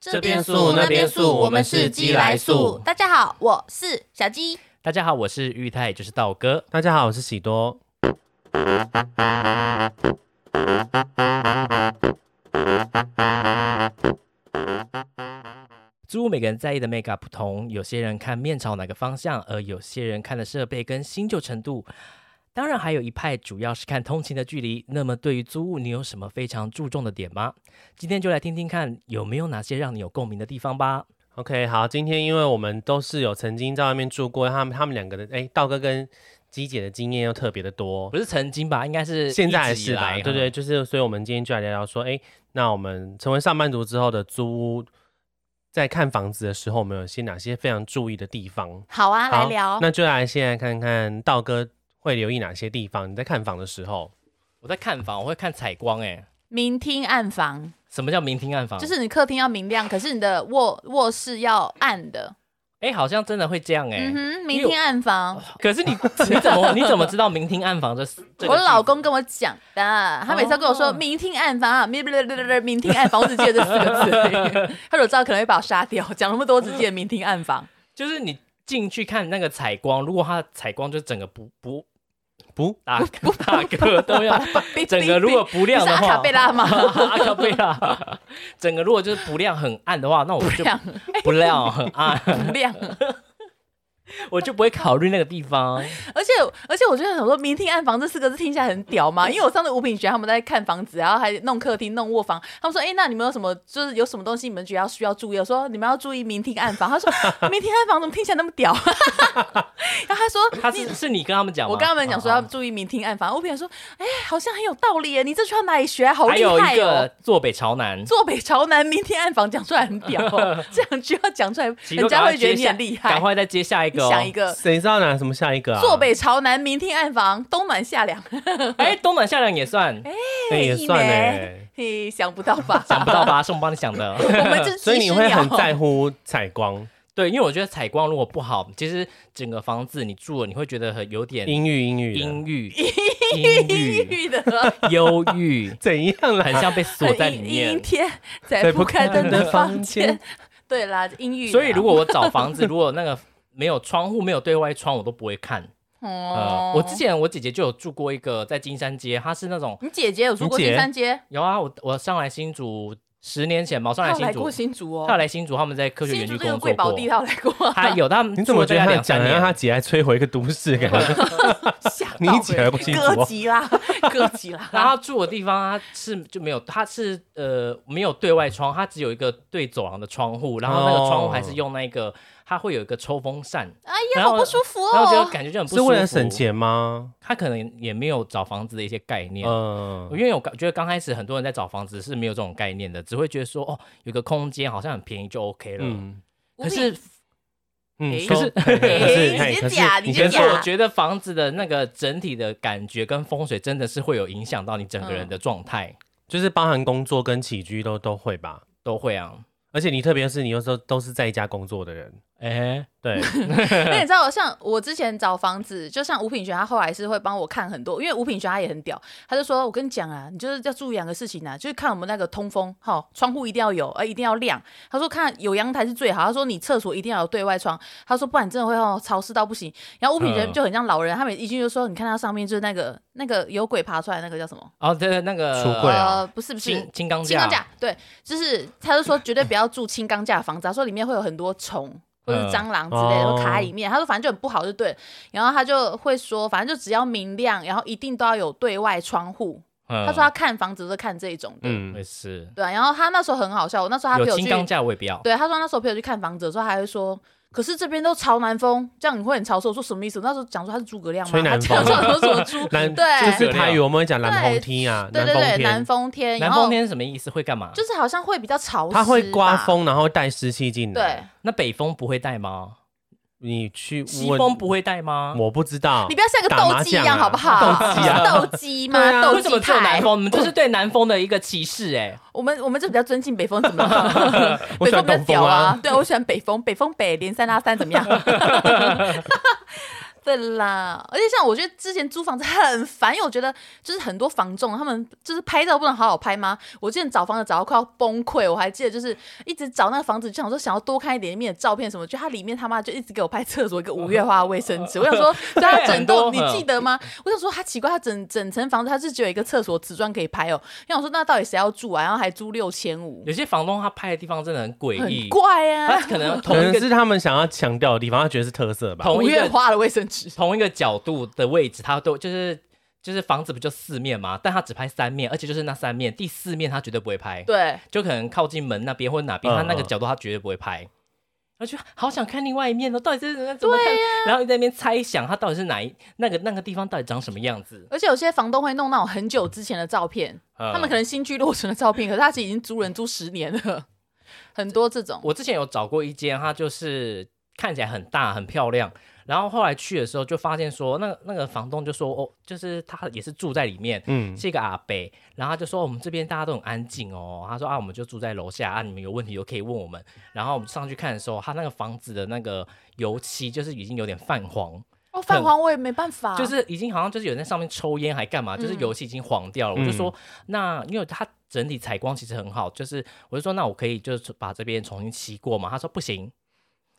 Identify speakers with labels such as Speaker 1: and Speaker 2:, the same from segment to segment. Speaker 1: 这边素那边素我们是鸡来素
Speaker 2: 大家好，我是小鸡。
Speaker 3: 大家好，我是玉泰，也就是道哥。
Speaker 1: 大家好，我是喜多。
Speaker 3: 租屋每个人在意的 mega 不同，有些人看面朝哪个方向，而有些人看的设备跟新旧程度。当然，还有一派主要是看通勤的距离。那么，对于租屋，你有什么非常注重的点吗？今天就来听听看，有没有哪些让你有共鸣的地方吧。
Speaker 1: OK，好，今天因为我们都是有曾经在外面住过，他们他们两个的，哎、道哥跟鸡姐的经验又特别的多
Speaker 3: 不，是曾经吧，应该是
Speaker 1: 现在还
Speaker 3: 一直以
Speaker 1: 是啦，
Speaker 3: 来嗯
Speaker 1: 对对，，就是，所以我们今天就来聊聊说，哎、那我们成为上班族之后的租屋，在看房子的时候，我们有些哪些非常注意的地方？
Speaker 2: 好啊，来
Speaker 1: 好
Speaker 2: 聊。
Speaker 1: 那就来先来看看道哥会留意哪些地方？你在看房的时候，
Speaker 3: 我在看房，我会看采光、欸，哎，
Speaker 2: 明厅暗房
Speaker 3: 什么叫明厅暗房？
Speaker 2: 就是你客厅要明亮，可是你的卧卧室要暗的。
Speaker 3: 哎、好像真的会这样、欸，哎、
Speaker 2: 嗯哼，明厅暗房。
Speaker 3: 可是你你怎么你怎么知道明厅暗 房这是？这个
Speaker 2: 我
Speaker 3: 字
Speaker 2: 老公跟我讲的，他每次都跟我说
Speaker 3: 哦
Speaker 2: “明厅暗房”，明明厅暗房，我只记得这四个字而已。他说我知道可能会把我杀掉，讲那么多只记得明厅暗房。
Speaker 3: 就是你进去看那个采光，如果它采光就整个不不
Speaker 1: 不
Speaker 3: 打不打嗝都要，整个如果不亮
Speaker 2: 你是
Speaker 3: 的
Speaker 2: 阿
Speaker 3: 话，
Speaker 2: 卡贝拉 吗？
Speaker 3: 阿卡贝拉，整个如果就是不亮很暗的话，那我就
Speaker 2: 亮
Speaker 3: 不亮很暗，
Speaker 2: 不亮。
Speaker 3: 我就不会考虑那个地方。
Speaker 2: 而且而且，我就在想说，明厅暗房这四个字听起来很屌 嘛，因为我上次吴品学他们在看房子，然后还弄客厅、弄卧房，他们说，哎、那你们有什么就是有什么东西你们觉得要需要注意？我说你们要注意明厅暗房。他说 明厅暗房怎么听起来那么屌？ 然后他说
Speaker 3: 他是是你跟他们讲吗，
Speaker 2: 我跟他们讲说
Speaker 3: 哦
Speaker 2: 要
Speaker 3: 哦
Speaker 2: 注意明厅暗房，我朋友说，哎、好像很有道理耶，你这句话哪里学啊？好
Speaker 3: 还
Speaker 2: 厉
Speaker 3: 有
Speaker 2: 害
Speaker 3: 一
Speaker 2: 哦
Speaker 3: 个！坐北朝南，
Speaker 2: 坐北朝南，明天暗房讲出来很 屌、哦，这两句要讲出来，
Speaker 3: 奇
Speaker 2: 人
Speaker 3: 多
Speaker 2: 家
Speaker 3: 赶快
Speaker 2: 会觉得
Speaker 3: 接
Speaker 2: 你
Speaker 3: 下
Speaker 2: 很厉害
Speaker 3: 赶。快再接下一
Speaker 2: 你
Speaker 3: 个、哦，
Speaker 2: 想一个，
Speaker 1: 谁知道拿什么下一个啊？
Speaker 2: 呃坐北朝南，明天暗房，冬暖夏凉。
Speaker 3: 哎、东南夏凉也算，
Speaker 1: 哎、也算哎、
Speaker 2: 嘿，想不到吧？
Speaker 3: 想不到吧？是我们帮你想 的。
Speaker 2: 我们就是
Speaker 1: 所以你会很 在
Speaker 2: 乎。
Speaker 1: 乎采光、
Speaker 3: 对，因为我觉得采光如果不好，其实整个房子你住了，你会觉得很有点
Speaker 1: 阴郁、阴郁的，
Speaker 3: 阴郁、 阴郁、
Speaker 2: 郁的，
Speaker 3: 忧郁，
Speaker 1: 怎样啦
Speaker 3: 很？像被锁在里
Speaker 2: 阴
Speaker 3: 面。
Speaker 2: 天，在不开灯的房间。对啦，阴郁的啦。啊
Speaker 3: 所以如果我找房子，如果那个没有窗户、没有对外窗，我都不会看。
Speaker 2: 哦
Speaker 3: 呃，，我之前我姐姐就有住过一个在金山街，她是那种
Speaker 2: 你姐姐有住过
Speaker 1: 你姐
Speaker 2: 金山街，
Speaker 3: 有啊，我我上来新竹十年前吧，我上
Speaker 2: 她
Speaker 3: 来
Speaker 2: 有来
Speaker 3: 新
Speaker 2: 过
Speaker 3: 竹，
Speaker 2: 新竹
Speaker 3: 她有
Speaker 2: 哦，
Speaker 3: 来新竹，他们在科学
Speaker 2: 新
Speaker 3: 园
Speaker 2: 竹
Speaker 3: 区
Speaker 2: 这个
Speaker 3: 工
Speaker 2: 贵
Speaker 3: 作
Speaker 2: 宝
Speaker 3: 过
Speaker 2: 地，她有来过啊，
Speaker 3: 她有他们
Speaker 1: 你怎么
Speaker 3: 住
Speaker 1: 觉
Speaker 3: 了
Speaker 1: 得
Speaker 3: 大概
Speaker 1: 他
Speaker 3: 两三
Speaker 1: 讲得让
Speaker 3: 年
Speaker 1: 他姐来摧毁一个都市感觉？
Speaker 2: 吓到
Speaker 1: 你
Speaker 2: 欸
Speaker 1: 姐还不清楚
Speaker 2: 哥
Speaker 1: 哦
Speaker 2: 吉拉，哥吉 拉，
Speaker 3: 然后他住的地方，他是就没有，他是呃没有对外窗，他只有一个对走廊的窗户，然后那个窗户还是用那
Speaker 1: 哦
Speaker 3: 个，它会有一个抽风扇，
Speaker 2: 哎
Speaker 3: 然
Speaker 2: 呀，
Speaker 3: 后
Speaker 2: 好不舒服
Speaker 3: 然后
Speaker 2: 哦
Speaker 3: 就。感觉就 很不舒
Speaker 1: 是
Speaker 3: 服。
Speaker 1: 为了省，钱吗？
Speaker 3: 他可能也没有找房子的一些概念。
Speaker 1: 嗯，
Speaker 3: 因为我觉得刚开始很多人在找房子是没有这种概念的，只会觉得说哦，有个空间好像很便宜就 OK 了。
Speaker 1: 嗯
Speaker 3: 可是
Speaker 1: 嗯，
Speaker 2: 哎
Speaker 1: 可是可是
Speaker 2: 哎
Speaker 1: 嘿
Speaker 2: 你先
Speaker 1: 可
Speaker 2: 假
Speaker 1: 是你
Speaker 2: 你
Speaker 1: 先
Speaker 2: 先
Speaker 3: 但
Speaker 1: 说
Speaker 3: 是
Speaker 2: 假
Speaker 3: 我觉得房子的那个整体的感觉跟风水真的是会有影响到你整个人的状态，
Speaker 1: 就是包含工作跟起居都都会吧。
Speaker 3: 都会啊。
Speaker 1: 而且你特别是你有时候都是在家工作的人，
Speaker 3: 哎、
Speaker 1: 对，
Speaker 2: 那你知道，像我之前找房子，就像吴品璇，他后来是会帮我看很多，因为吴品璇他也很屌，他就说：“我跟你讲啊，你就是要注意两个事情啊，就是看我们那个通风，哈，窗户一定要有，呃，一定要亮。”他说：“看有阳台是最好。”他说：“你厕所一定要有对外窗。”他说：“不然你真的会哦潮湿到不行。”然后吴品璇
Speaker 3: 嗯
Speaker 2: 就很像老人，他每一句就说：“你看他上面就是那个那个有鬼爬出来那个叫什么？
Speaker 3: 哦，对对，那个
Speaker 1: 橱柜对啊
Speaker 2: 呃，不是不是，
Speaker 3: 青青钢
Speaker 2: 轻钢架，对，就是他就说绝对不要住轻钢架的房子，他啊说里面会有很多虫或者是蟑螂之类的
Speaker 1: 嗯
Speaker 2: 会卡在里面，他说反正就很不好就对了，然后他就会说反正就只要明亮，然后一定都要有对外窗户，
Speaker 3: 他
Speaker 2: 他说他看房子都看这一种的，
Speaker 1: 嗯
Speaker 3: 嗯也是
Speaker 2: 对啊，然后他那时候很好笑，我那时候他陪
Speaker 3: 有
Speaker 2: 我
Speaker 3: 轻
Speaker 2: 去，
Speaker 3: 钢架我也不要，
Speaker 2: 对，他说那时候陪我去看房子的时候，他还会说。可是这边都朝南风，这样你会很潮湿。我说什么意思？我那时候讲说他是诸葛亮嘛，
Speaker 1: 吹南风
Speaker 2: 他讲说什么诸
Speaker 1: 南
Speaker 2: 对
Speaker 1: 就是台语我们会讲南风天啊，
Speaker 2: 对对
Speaker 1: 风
Speaker 2: 对，南
Speaker 1: 天，
Speaker 2: 风天，然
Speaker 3: 南
Speaker 2: 后
Speaker 3: 风天是什么意思？会干嘛？
Speaker 2: 就是好像会比较潮湿，
Speaker 1: 它会刮，风，然后带湿气进
Speaker 2: 对
Speaker 1: 来。，
Speaker 3: 那北风不会带吗？
Speaker 1: 对，你去
Speaker 3: 西
Speaker 1: 问
Speaker 3: 风不会带吗？
Speaker 1: 我不知道
Speaker 2: 你，不要像个
Speaker 1: 打麻
Speaker 2: 斗鸡一
Speaker 1: 将
Speaker 2: 样
Speaker 1: 啊
Speaker 2: 好不好？
Speaker 1: 哦斗鸡啊
Speaker 2: 斗鸡
Speaker 1: 对
Speaker 2: 吗？
Speaker 1: 啊
Speaker 2: 斗
Speaker 3: 为什么
Speaker 2: 鸡
Speaker 3: 只有
Speaker 2: 派
Speaker 3: 南。风？我们这是对南风的一个歧视哎、
Speaker 2: 我们我们就比较尊敬北风，怎么了？
Speaker 1: 我
Speaker 2: 北
Speaker 1: 喜
Speaker 2: 风
Speaker 1: 欢
Speaker 2: 比较
Speaker 1: 东
Speaker 2: 屌
Speaker 1: 风啊
Speaker 2: 啊！对，我喜欢北风，北风北连三拉三怎么样？的啦。而且像我觉得之前租房子很烦，因为我觉得就是很多房仲他们就是拍照不能好好拍吗？我之前找房子找到快要崩溃，我还记得就是一直找那个房子，就想说想要多看一点里面的照片什么，就它里面他妈就一直给我拍厕所一个五月花的卫生纸，我想说， 对它整栋你
Speaker 3: 很多
Speaker 2: 记得吗？我想说他奇怪，他整整层房子他是只有一个厕所瓷砖可以拍哦，我想说那到底谁要住啊？然后还租六千五，
Speaker 3: 有些房东他拍的地方真的很诡
Speaker 2: 很
Speaker 3: 异，
Speaker 2: 怪啊
Speaker 3: 他。可 能
Speaker 1: 可
Speaker 3: 同一
Speaker 1: 能
Speaker 3: 个
Speaker 1: 是他们想要强调的地方，他觉得是特色吧。
Speaker 3: 同
Speaker 2: 五
Speaker 3: 一
Speaker 2: 月
Speaker 3: 个
Speaker 2: 花的卫生 纸，
Speaker 3: 同一个角度的位置，他都就是就是房子不就四面吗？但他只拍三面，而且就是那三面，第四面他绝对不会拍，
Speaker 2: 对。
Speaker 3: 就可能靠近门那边或者哪边，
Speaker 1: 嗯
Speaker 3: 他那个角度他绝对不会拍。我就好想看另外一面哦，到底是人家怎么看？然后你在那边猜想，他到底是哪一那个那个地方到底长什么样子？
Speaker 2: 而且有些房东会弄那种很久之前的照片，
Speaker 3: 嗯
Speaker 2: 他们可能新居落成的照片，可是他其实已经租人租十年了，很多这种。
Speaker 3: 我之前有找过一间，它就是看起来很大很漂亮，然后后来去的时候就发现说，那那个房东就说哦，就是他也是住在里面，
Speaker 1: 嗯，
Speaker 3: 是一个阿伯，然后他就说我哦们这边大家都很安静哦，他说啊我们就住在楼下啊，你们有问题都可以问我们。然后我们上去看的时候，他那个房子的那个油漆就是已经有点泛黄，
Speaker 2: 哦，泛黄我也没办法，
Speaker 3: 就是已经好像就是有人在上面抽烟还干嘛，就是油漆已经黄掉
Speaker 1: 嗯
Speaker 3: 了。我就说，那因为它整体采光其实很好，就是我就说，那我可以就是把这边重新漆过嘛？他说不行。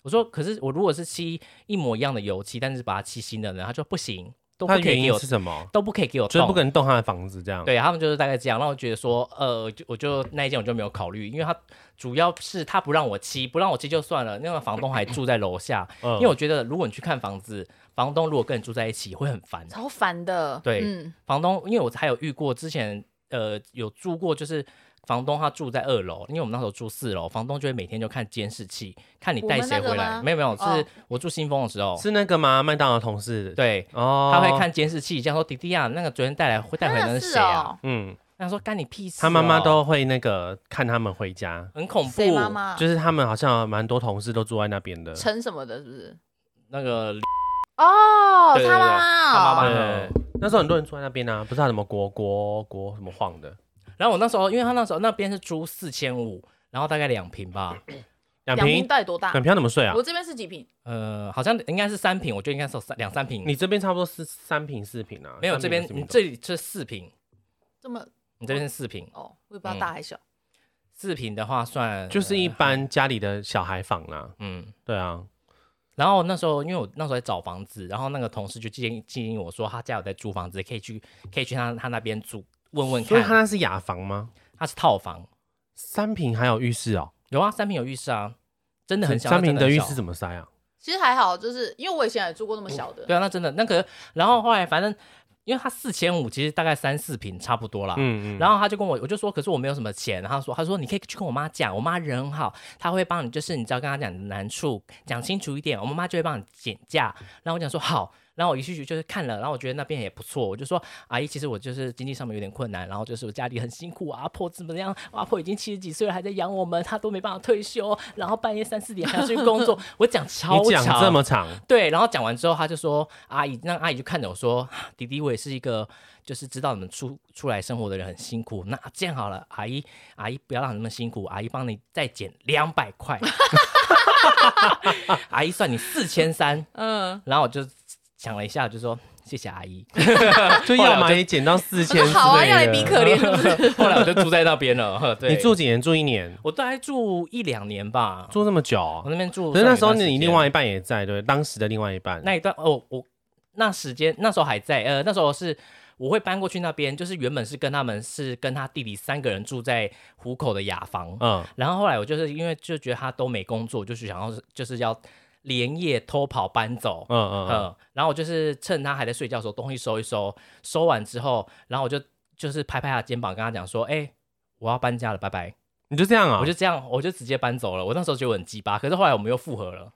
Speaker 3: 我说，可是我如果是漆一模一样的油漆，但是把它漆新的呢，他说不行，都不
Speaker 1: 他
Speaker 3: 可
Speaker 1: 的原
Speaker 3: 以给
Speaker 1: 因
Speaker 3: 我
Speaker 1: 是，什么？
Speaker 3: 都不可以给我
Speaker 1: 就是
Speaker 3: 动
Speaker 1: 不可能动他的房子这样。，
Speaker 3: 对他们就是大概这样，让我觉得说，呃，就我就那一件我就没有考虑，因为他主要是他不让我漆，不让我漆就算了，那个房东还住在楼下，
Speaker 1: 嗯
Speaker 3: 因为我觉得如果你去看房子，房东如果跟你住在一起会很烦。
Speaker 2: 超烦的。
Speaker 3: 对
Speaker 2: 嗯，
Speaker 3: 房东，因为我还有遇过之前，呃，有住过就是。房东他住在二楼，因为我们那时候住四楼，房东就会每天就看监视器，看你带谁
Speaker 2: 我们
Speaker 3: 回
Speaker 2: 那个吗
Speaker 3: 来。没有没有，
Speaker 2: 哦
Speaker 3: 是我住新丰的时候，
Speaker 1: 是那个吗？麦当劳同事。，
Speaker 3: 对，
Speaker 1: 哦，
Speaker 3: 他会，看监视器，这样说：“迪迪啊，那个昨天带来带回来
Speaker 2: 真
Speaker 3: 的
Speaker 2: 的
Speaker 3: 是谁
Speaker 2: 是
Speaker 3: 啊
Speaker 2: 哦，
Speaker 1: 嗯，？”
Speaker 3: 他说：“干你屁事哦！”
Speaker 1: 他妈妈都会那
Speaker 3: 哦
Speaker 1: 个看他们回家，
Speaker 3: 很恐
Speaker 2: 谁
Speaker 3: 怖，
Speaker 2: 妈妈
Speaker 1: 就是他们好像蛮多同事都住在那边的。
Speaker 2: 陈什么的，是不是？
Speaker 3: 那个
Speaker 2: 哦，
Speaker 3: 对对对
Speaker 2: 他妈妈哦，
Speaker 3: 他妈妈嗯
Speaker 1: 对，那时候很多人住在那边啊，不知道什么国国国什么晃的，
Speaker 3: 然后我那时候，因为他那时候那边是租四千五，然后大概两平吧，
Speaker 2: 两
Speaker 1: 两
Speaker 2: 平
Speaker 1: 平
Speaker 2: 到底多大
Speaker 1: 两？平要怎么睡啊？
Speaker 2: 我这边是几平？
Speaker 3: 呃，好像应该是三平，我觉得应该是有三两三平。
Speaker 1: 你这边差不多是三平四平啊？
Speaker 3: 没有
Speaker 1: 三
Speaker 3: 这
Speaker 1: 平
Speaker 3: 边，
Speaker 1: 四
Speaker 3: 你
Speaker 1: 平
Speaker 3: 这里是四平，
Speaker 2: 这么
Speaker 3: 你这边是四平，
Speaker 2: 哦，我也不
Speaker 3: 嗯
Speaker 2: 知道大还小。
Speaker 3: 四平的话算
Speaker 1: 就是一般家里的小孩房啦、
Speaker 3: 嗯。
Speaker 1: 对啊，
Speaker 3: 然后那时候，因为我那时候在找房子，然后那个同事就建议建议我说，他家有在租房子，可以去可以去他他那边住问问
Speaker 1: 所以他
Speaker 3: 看。
Speaker 1: 那是雅房吗？
Speaker 3: 他是套房，
Speaker 1: 三平还有浴室哦，
Speaker 3: 有啊，三平有浴室啊，真的很小。
Speaker 1: 三平的浴室
Speaker 3: 么？
Speaker 1: 怎么塞啊？
Speaker 2: 其实还好，就是因为我以前也住过那么小的，
Speaker 3: 对啊，那真的那个，然后后来反正因为他四千五，其实大概三四平差不多啦。
Speaker 1: 嗯嗯，
Speaker 3: 然后他就跟我，我就说，可是我没有什么钱。然后他说，他说你可以去跟我妈讲，我妈人很好，她会帮你，就是你只要跟她讲你的难处，讲清楚一点，我妈妈就会帮你减价。然后我讲说好，然后我一去就是看了，然后我觉得那边也不错，我就说啊阿姨，其实我就是经济上面有点困难，然后就是我家里很辛苦，啊阿婆怎么样，阿婆已经七十几岁了还在养我们，她都没办法退休，然后半夜三四点还要去工作。我讲超
Speaker 1: 你讲
Speaker 3: 长
Speaker 1: 这么长，
Speaker 3: 对， 然后讲完之后，他就说：“阿姨，那阿姨就看着我说，弟弟，我也是一个就是知道你们出出来生活的人很辛苦。那这样好了，阿姨，阿姨不要让你们辛苦，阿姨帮你再减两百块， 阿姨算你四千三。
Speaker 2: 嗯，
Speaker 3: 然后我就想了一下，就说谢谢阿姨。
Speaker 1: 就要么也减到四
Speaker 2: 我
Speaker 1: 千
Speaker 2: 说
Speaker 1: 之
Speaker 2: 好啊，
Speaker 1: 类
Speaker 2: 要来
Speaker 1: 的
Speaker 2: 比可怜是不 是？
Speaker 3: 后来我就住在那边了。 呵对，
Speaker 1: 你住几年？住一年？
Speaker 3: 我大概住一两年吧，
Speaker 1: 住这么久、
Speaker 3: 我那边住
Speaker 1: 可
Speaker 3: 算
Speaker 1: 是
Speaker 3: 有一段时间。
Speaker 1: 那时候你另外一半也在，对，当时的另外一半。
Speaker 3: 那一段哦，我那时间那时候还在，呃，那时候是我会搬过去那边，就是原本是跟他们是跟他弟弟三个人住在虎口的雅房，
Speaker 1: 嗯，
Speaker 3: 然后后来我就是因为就觉得他都没工作，就是想要就是要连夜偷跑搬走。
Speaker 1: 嗯嗯嗯，
Speaker 3: 嗯，然后我就是趁他还在睡觉的时候，东西收一收，收完之后，然后我就就是拍拍他肩膀，跟他讲说：“哎、我要搬家了，拜拜。
Speaker 1: 你就这样啊、
Speaker 3: 我就这样，我就直接搬走了。我那时候觉得我很鸡巴，可是后来我们又复合了。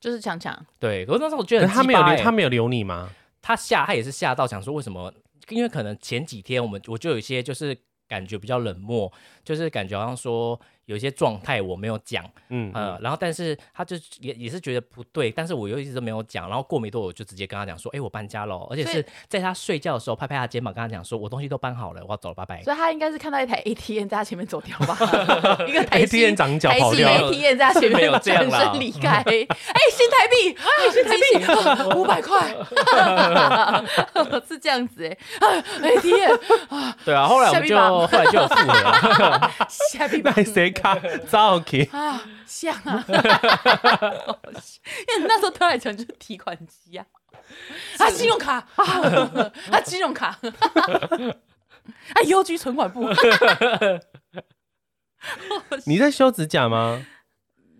Speaker 2: 就是强强，
Speaker 3: 对，我那时候我觉
Speaker 1: 可
Speaker 3: 得
Speaker 1: 是
Speaker 3: 很
Speaker 1: 他没有
Speaker 3: 鸡巴
Speaker 1: 留，
Speaker 3: 欸
Speaker 1: 他没有留你吗？
Speaker 3: 他吓，他也是吓到，想说为什么？因为可能前几天我们我就有一些就是感觉比较冷漠，就是感觉好像说有一些状态我没有讲，
Speaker 1: 嗯
Speaker 3: 呃，然后但是他就也也是觉得不对，但是我又一直都没有讲。然后过没多久我就直接跟他讲说，哎，我搬家喽，而且
Speaker 2: 所以
Speaker 3: 是在他睡觉的时候拍拍他肩膀，跟他讲说我东西都搬好了，我要走了，拜拜。
Speaker 2: 所以他应该是啊看到一台 ATM 在他前面走掉 吧，一个台积
Speaker 1: ATM 长脚
Speaker 2: 台
Speaker 1: 跑
Speaker 2: 积
Speaker 1: 掉
Speaker 3: 没有
Speaker 1: 了，
Speaker 2: ATM 在他前
Speaker 3: 没
Speaker 2: 面
Speaker 3: 有
Speaker 2: 把
Speaker 3: 这样
Speaker 2: 转
Speaker 3: 啦
Speaker 2: 身离开。哎、新台币，哎，新台币，五百块， 是这样子哎、啊 ATM
Speaker 3: 对啊，后来我
Speaker 2: 下
Speaker 3: 们
Speaker 2: 臂
Speaker 3: 就
Speaker 2: 膀
Speaker 3: 后来就有复合了。
Speaker 2: 下币吧
Speaker 1: 那。谁卡造起？
Speaker 2: 啊，像 啊，因为那时候对他来讲就是提款机啊，啊，信用卡啊，啊，金融 卡，啊，邮局存款簿，
Speaker 1: 你在修指甲吗？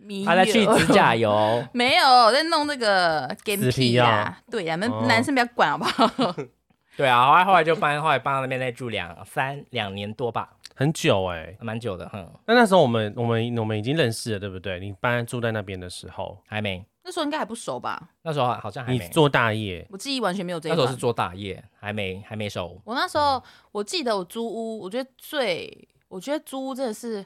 Speaker 2: 迷
Speaker 3: 他
Speaker 1: 啊
Speaker 3: 在去
Speaker 2: 了，
Speaker 3: 指甲油
Speaker 2: 没有我在弄那个 game
Speaker 1: 死皮
Speaker 2: 屁啊，对呀，那
Speaker 1: 哦
Speaker 2: 男生不要管好不好？
Speaker 3: 对啊，后来后来就搬，后来搬到那边再住两三两年多吧，
Speaker 1: 很久哎、
Speaker 3: 蛮久的，哼，
Speaker 1: 那那时候我们我们我们已经认识了，对不对？你搬住在那边的时候，
Speaker 3: 还没。
Speaker 2: 那时候应该还不熟吧？
Speaker 3: 那时候好像还
Speaker 1: 你
Speaker 3: 没，
Speaker 1: 做大业，
Speaker 2: 我记忆完全没有这一
Speaker 3: 那时候是
Speaker 2: 段。
Speaker 3: 做大业，还没还没熟。
Speaker 2: 我那时候我记得我租屋，我觉得最，我觉得租屋真的是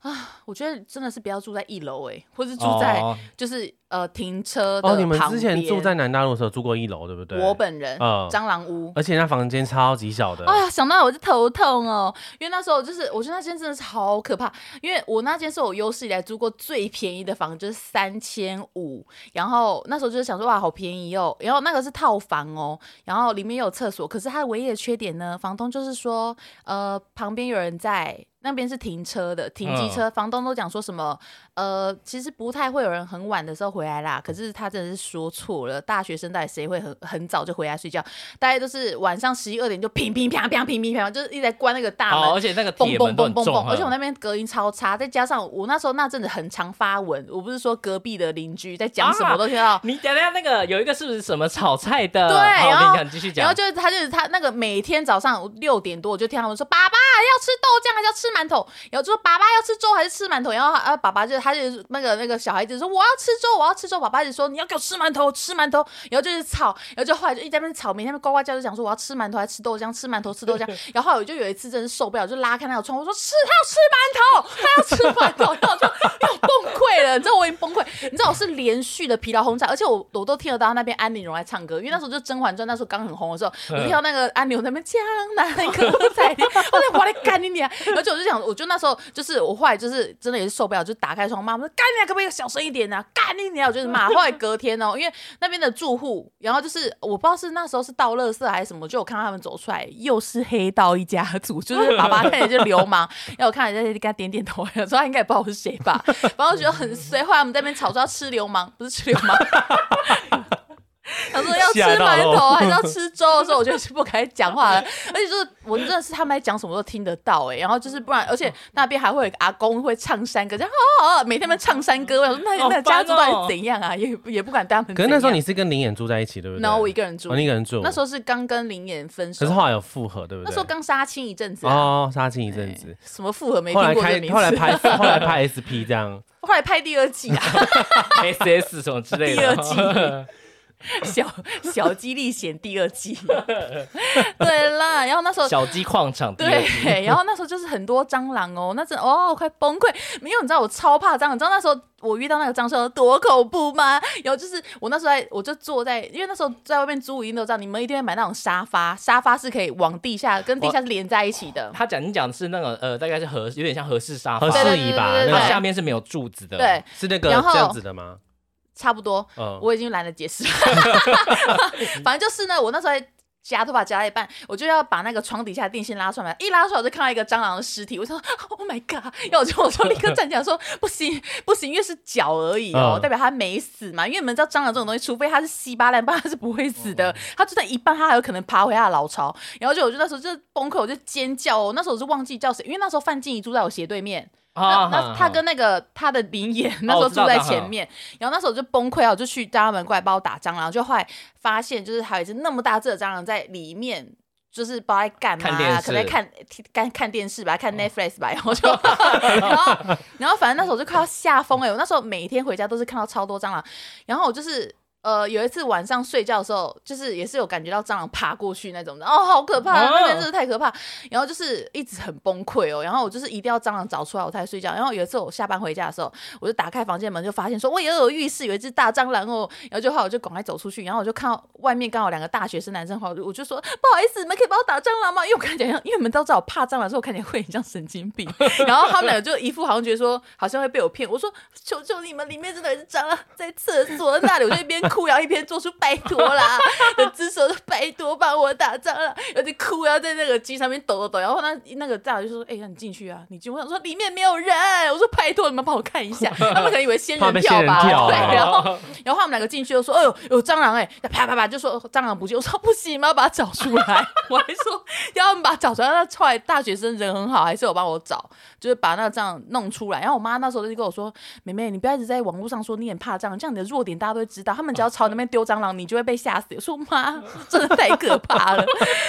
Speaker 2: 啊，我觉得真的是不要住在一楼哎，或是住在
Speaker 3: 哦
Speaker 2: 就是呃停车的
Speaker 1: 哦，你们
Speaker 2: 旁
Speaker 1: 之前
Speaker 2: 边
Speaker 1: 住在南大陆的时候住过一楼，对不对？
Speaker 2: 我本人、
Speaker 1: 嗯
Speaker 2: 蟑螂屋。
Speaker 1: 而且那房间超级小的，
Speaker 2: 哎
Speaker 3: 啊
Speaker 2: 呀，想到我就头痛哦，因为那时候就是，我觉得那间真的是好可怕，因为我那间是我有史以来租过最便宜的房，就是三千五，然后那时候就是想说哇，好便宜哦，然后那个是套房哦，然后里面有厕所，可是它唯一的缺点呢，房东就是说，呃，旁边有人在，那边是停车的，停机车，房东都讲说什么，呃，其实不太会有人很晚的时候回来啦，可是他真的是说错了，大学生到底谁会很很早就回来睡觉？大概都是晚上十一二点就乒乒乓乓乒乒乓乓，就是一直在关那个大门
Speaker 3: 哦，而且那个
Speaker 2: 嘣
Speaker 3: 铁
Speaker 2: 嘣
Speaker 3: 门都
Speaker 2: 嘣
Speaker 3: 很
Speaker 2: 嘣
Speaker 3: 重，嗯
Speaker 2: 嘣！
Speaker 3: 哼
Speaker 2: 而且我那边隔音超差，再加上我那时候那阵子很常发文，我不是说隔壁的邻居在讲什么，
Speaker 3: 啊
Speaker 2: 我都听到。
Speaker 3: 你等一下那个有一个是不是什么炒菜的？
Speaker 2: 对
Speaker 3: 好
Speaker 2: 然后
Speaker 3: 我跟你讲，你继续
Speaker 2: 然后
Speaker 3: 讲。
Speaker 2: 就是他就是他那个每天早上六点多，我就听他们说爸爸要吃豆浆还是要吃馒头，然后就说爸爸要吃粥还是吃馒头，然后呃爸爸就他就是那个那个小孩子说我要吃粥我要吃粥，爸爸就说你要给我吃馒头吃馒头，然后就是吵，然后就后来就一直在那边吵，每天呱呱叫就讲说我要吃馒头还是吃豆浆吃馒头吃豆浆，然后后来我就有一次真是受不了，就拉开那个窗户说吃他要吃馒头他要吃馒头，然后我就要崩溃了，你知道我已经崩溃，你知道我是连续的疲劳轰炸，而且我我都听得到那边安陵容在唱歌，因为那时候就《甄嬛传》那时候刚很红的时候，我听到那个安陵容在那边江南可采莲，我在我来干你娘！而且我就想，我就那时候就是我后来就是真的也是受不了，就打开窗骂，我说干你娘，可不可以小声一点啊？干你娘！我就是骂。后来隔天哦，因为那边的住户，然后就是我不知道是那时候是倒垃圾还是什么，就我看到他们走出来，又是黑道一家族，就是爸爸看起来就流氓， 然后我看人家在跟他点点头，想说他哎应该也 不知道我是谁吧，
Speaker 3: 哦
Speaker 2: 然后我觉得很衰。后来我们在那边吵说要吃流氓，不是吃流氓。他说要吃
Speaker 1: 吓到
Speaker 2: 馒
Speaker 1: 了
Speaker 2: 头还是要吃粥的时候，我就是不该讲话了。而且就是我真的是他们在讲什么都听得到哎、然后就是不然，而且那边还会有一个阿公会唱山歌，这样哦哦哦，每天在那边唱山歌。我想说那
Speaker 3: 好
Speaker 2: 那
Speaker 3: 烦哦
Speaker 2: 家族到底怎样啊？ 也也不敢对他们怎样。
Speaker 1: 可是那时候你是跟林演住在一起，对不对？
Speaker 2: ，no，我一个人住
Speaker 1: 哦，，你一个人住。
Speaker 2: 那时候是刚跟林妍分手
Speaker 1: 可是，后来有复合，对不对？
Speaker 2: 那时候刚杀青一阵子啊。
Speaker 1: 哦，杀青一阵子，
Speaker 2: 什么复合哎没听
Speaker 1: 后来
Speaker 2: 过这个
Speaker 1: 开
Speaker 2: 名字？
Speaker 1: 后来拍后来拍 SP 这样，
Speaker 2: 后来拍第二季啊，
Speaker 3: S S 什么之类 的。
Speaker 2: 第二季小 小鸡历险第二 季。对啦，然后那时候
Speaker 3: 小鸡矿场第二季
Speaker 2: 对，然后那时候就是很多蟑螂哦，那真的哦，我快崩溃。没有，你知道我超怕蟑螂，你知道那时候我遇到那个蟑螂有多恐怖吗？然后就是我那时候在，我就坐在，因为那时候在外面租，一定都知道，你们一定会买那种沙发，沙发是可以往地下跟地下是连在一起的。
Speaker 3: 他讲你讲的是那个呃，大概是合有点像合适沙发
Speaker 1: 合，
Speaker 2: 啊对
Speaker 1: 适
Speaker 2: 对
Speaker 1: 宜
Speaker 2: 对
Speaker 1: 吧？
Speaker 2: 对对
Speaker 1: 那个
Speaker 3: 它
Speaker 2: 对
Speaker 3: 下面是没有柱子的。
Speaker 2: 对，
Speaker 1: 是那个
Speaker 2: 然后
Speaker 1: 这样子的吗？
Speaker 2: 差不多，
Speaker 1: 嗯，
Speaker 2: 我已经懒得解 释了。反正就是呢，我那时候还夹头发夹到一半，我就要把那个床底下的电线拉出来，一拉出来我就看到一个蟑螂的尸体，我想说 Oh my god！然后我就我就立刻站起来说 不行不行，因为是脚而已哦，
Speaker 1: 嗯
Speaker 2: 代表它没死嘛。因为你们知道蟑螂这种东西，除非它是稀巴烂，不然它是不会死
Speaker 1: 嗯
Speaker 2: 的。它就在一半，它还有可能爬回它的老巢。然后就我就那时候就崩溃，我就尖叫哦。那时候我是忘记叫谁，因为那时候范静怡住在我斜对面。那那他跟那个他的林
Speaker 3: 哦
Speaker 2: 演 那时候住在前面，然后那时候我就崩溃啊，我就去叫他们过来帮我打蟑螂，就后来发现就是还有一只那么大只的蟑螂在里面。就是不知道在干嘛、
Speaker 3: 看电
Speaker 2: 啊，
Speaker 3: 视
Speaker 2: 可
Speaker 3: 哦
Speaker 2: 能在看看看电视吧，看 Netflix 吧，然后就， 然后然后反正那时候我就快要吓疯哎，我那时候每天回家都是看到超多蟑螂，然后我就是呃，有一次晚上睡觉的时候，就是也是有感觉到蟑螂爬过去那种的，哦，好可怕，那边真是太可怕。然后就是一直很崩溃哦，然后我就是一定要蟑螂找出来我才睡觉。然后有一次我下班回家的时候，我就打开房间门就发现说，我也有浴室有一只大蟑螂哦，然后就好我就赶快走出去，然后我就看到外面刚好两个大学生男生，好我就说不好意思，你们可以帮我打蟑螂吗？因为我看起来像，因为你们都知道我怕蟑螂，所以我看起来会很像神经病。 然后他们两个就一副好像觉得说好像会被我骗，我说求求你们，里面真的有一只蟑螂在厕所那里，我就一边哭，然后一边做出拜托啦的姿势，我说拜托帮我打蟑螂，有点哭，然后在那个机上面抖抖抖，然后那那个蟑螂就说，哎、那你进去啊，你进去，我想说里面没有人，我说拜托你们帮我看一下，他们可能以为仙
Speaker 1: 怕
Speaker 2: 人
Speaker 1: 被
Speaker 2: 跳
Speaker 1: 仙人
Speaker 2: 吧，
Speaker 1: 跳
Speaker 2: 对，
Speaker 1: 啊
Speaker 2: 然后。然后他们两个进去就说：“哎呦，有蟑螂哎、欸！”啪啪啪就说蟑螂不见，我说不行，我要把它找出来。 我还说要他们把它找出来，那出来大学生人很好，还是有帮我找，就是把那个蟑螂弄出来。然后我妈那时候就跟我说：“妹妹，你不要一直在网络上说你很怕蟑螂，这样你的弱点大家都会知道。他们只要朝你那边丢蟑螂，你就会被吓死。”我说：“妈，真的太可怕了。”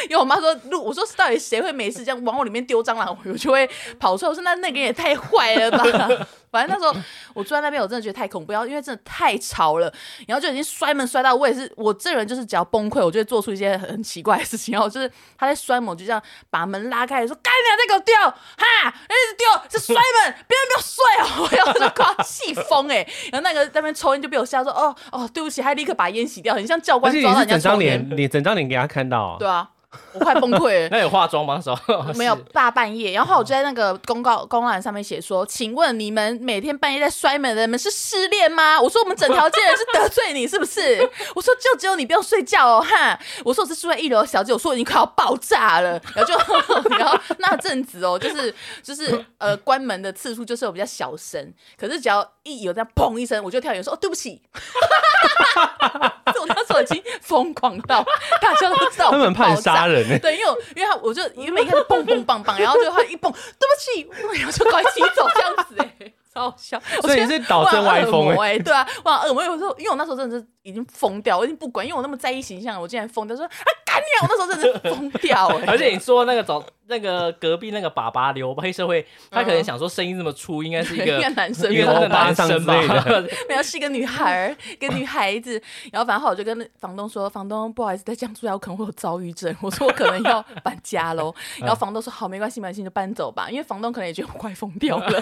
Speaker 2: 因为我妈说：“如我说到底谁会没事这样往我里面丢蟑螂，我就会跑出来。”我说：“那那个人也太坏了吧！” 反正那时候我住在那边，我真的觉得太恐怖，然后因为真的太吵了，然后就已经摔门摔到我也是，我这人就是只要崩溃，我就会做出一些很奇怪的事情。然后就是他在摔门，我就这样把门拉开，说：“干娘再给我丢哈，一直丢是摔门，别人不要摔哦！”我 要是快要气疯哎。然后那个在那边抽烟就被我吓说：“哦哦，对不起。”还立刻把烟洗掉，很像教
Speaker 1: 而
Speaker 2: 官
Speaker 1: 且
Speaker 2: 抓
Speaker 1: 你
Speaker 2: 到
Speaker 1: 是
Speaker 2: 人家
Speaker 1: 整张
Speaker 2: 抽烟。
Speaker 1: 脸，你整张脸给他看到啊，
Speaker 2: 对啊，我快崩溃了。
Speaker 3: 那有化妆吗？手
Speaker 1: 哦
Speaker 2: 没有大半夜，然后我就在那个公告公栏上面写说，请问你们每天半夜在摔门的人们是失恋吗？我说我们整条街人是得罪你是不 是？我说就只有你不用睡觉哦哈，我说我是住在一楼的小姐，我说我已经快要爆炸了，然后就 然后那阵子哦，就是就是呃关门的次数就是有比较小声，可是只要一有这样砰一声，我就跳起来说哦对不起， 我那时候已经疯狂到大家都知道我
Speaker 1: 他们很怕
Speaker 2: 爆
Speaker 1: 你
Speaker 2: 炸
Speaker 1: 杀人欸
Speaker 2: 对，因为我因为他我就原本一开始蹦蹦棒棒，然后就他一蹦，对不起，然后就快骑走这样子哎、超好笑，我
Speaker 1: 所以
Speaker 2: 觉
Speaker 1: 你
Speaker 2: 得
Speaker 1: 是导致歪
Speaker 2: 我很
Speaker 1: 风
Speaker 2: 恶
Speaker 1: 欸
Speaker 2: 魔哎、对啊，哇，恶魔有时候，因为我那时候真的是已经疯掉，我已经不管，因为我那么在意形象，我竟然疯掉，说啊干你啊！我那时候真的是疯掉哎、
Speaker 3: 而且你说那个早那个隔壁那个爸爸留黑社会，他可能想说声音这么粗，应 该是
Speaker 2: 嗯
Speaker 3: 一
Speaker 2: 应
Speaker 3: 个
Speaker 2: 该男生吧
Speaker 3: 一个
Speaker 1: 欧巴
Speaker 3: 男
Speaker 1: 桑
Speaker 3: 生吧
Speaker 1: 之类 的
Speaker 2: 没有是一个女孩儿，一个女孩子。然后反正后来我就跟房东说，房东不好意思，再这样住下我可能会有躁郁症，我说我可能要搬家 喽。然后房东说好，没关系，没关系，你就搬走吧，因为房东可能也觉得我快疯掉了，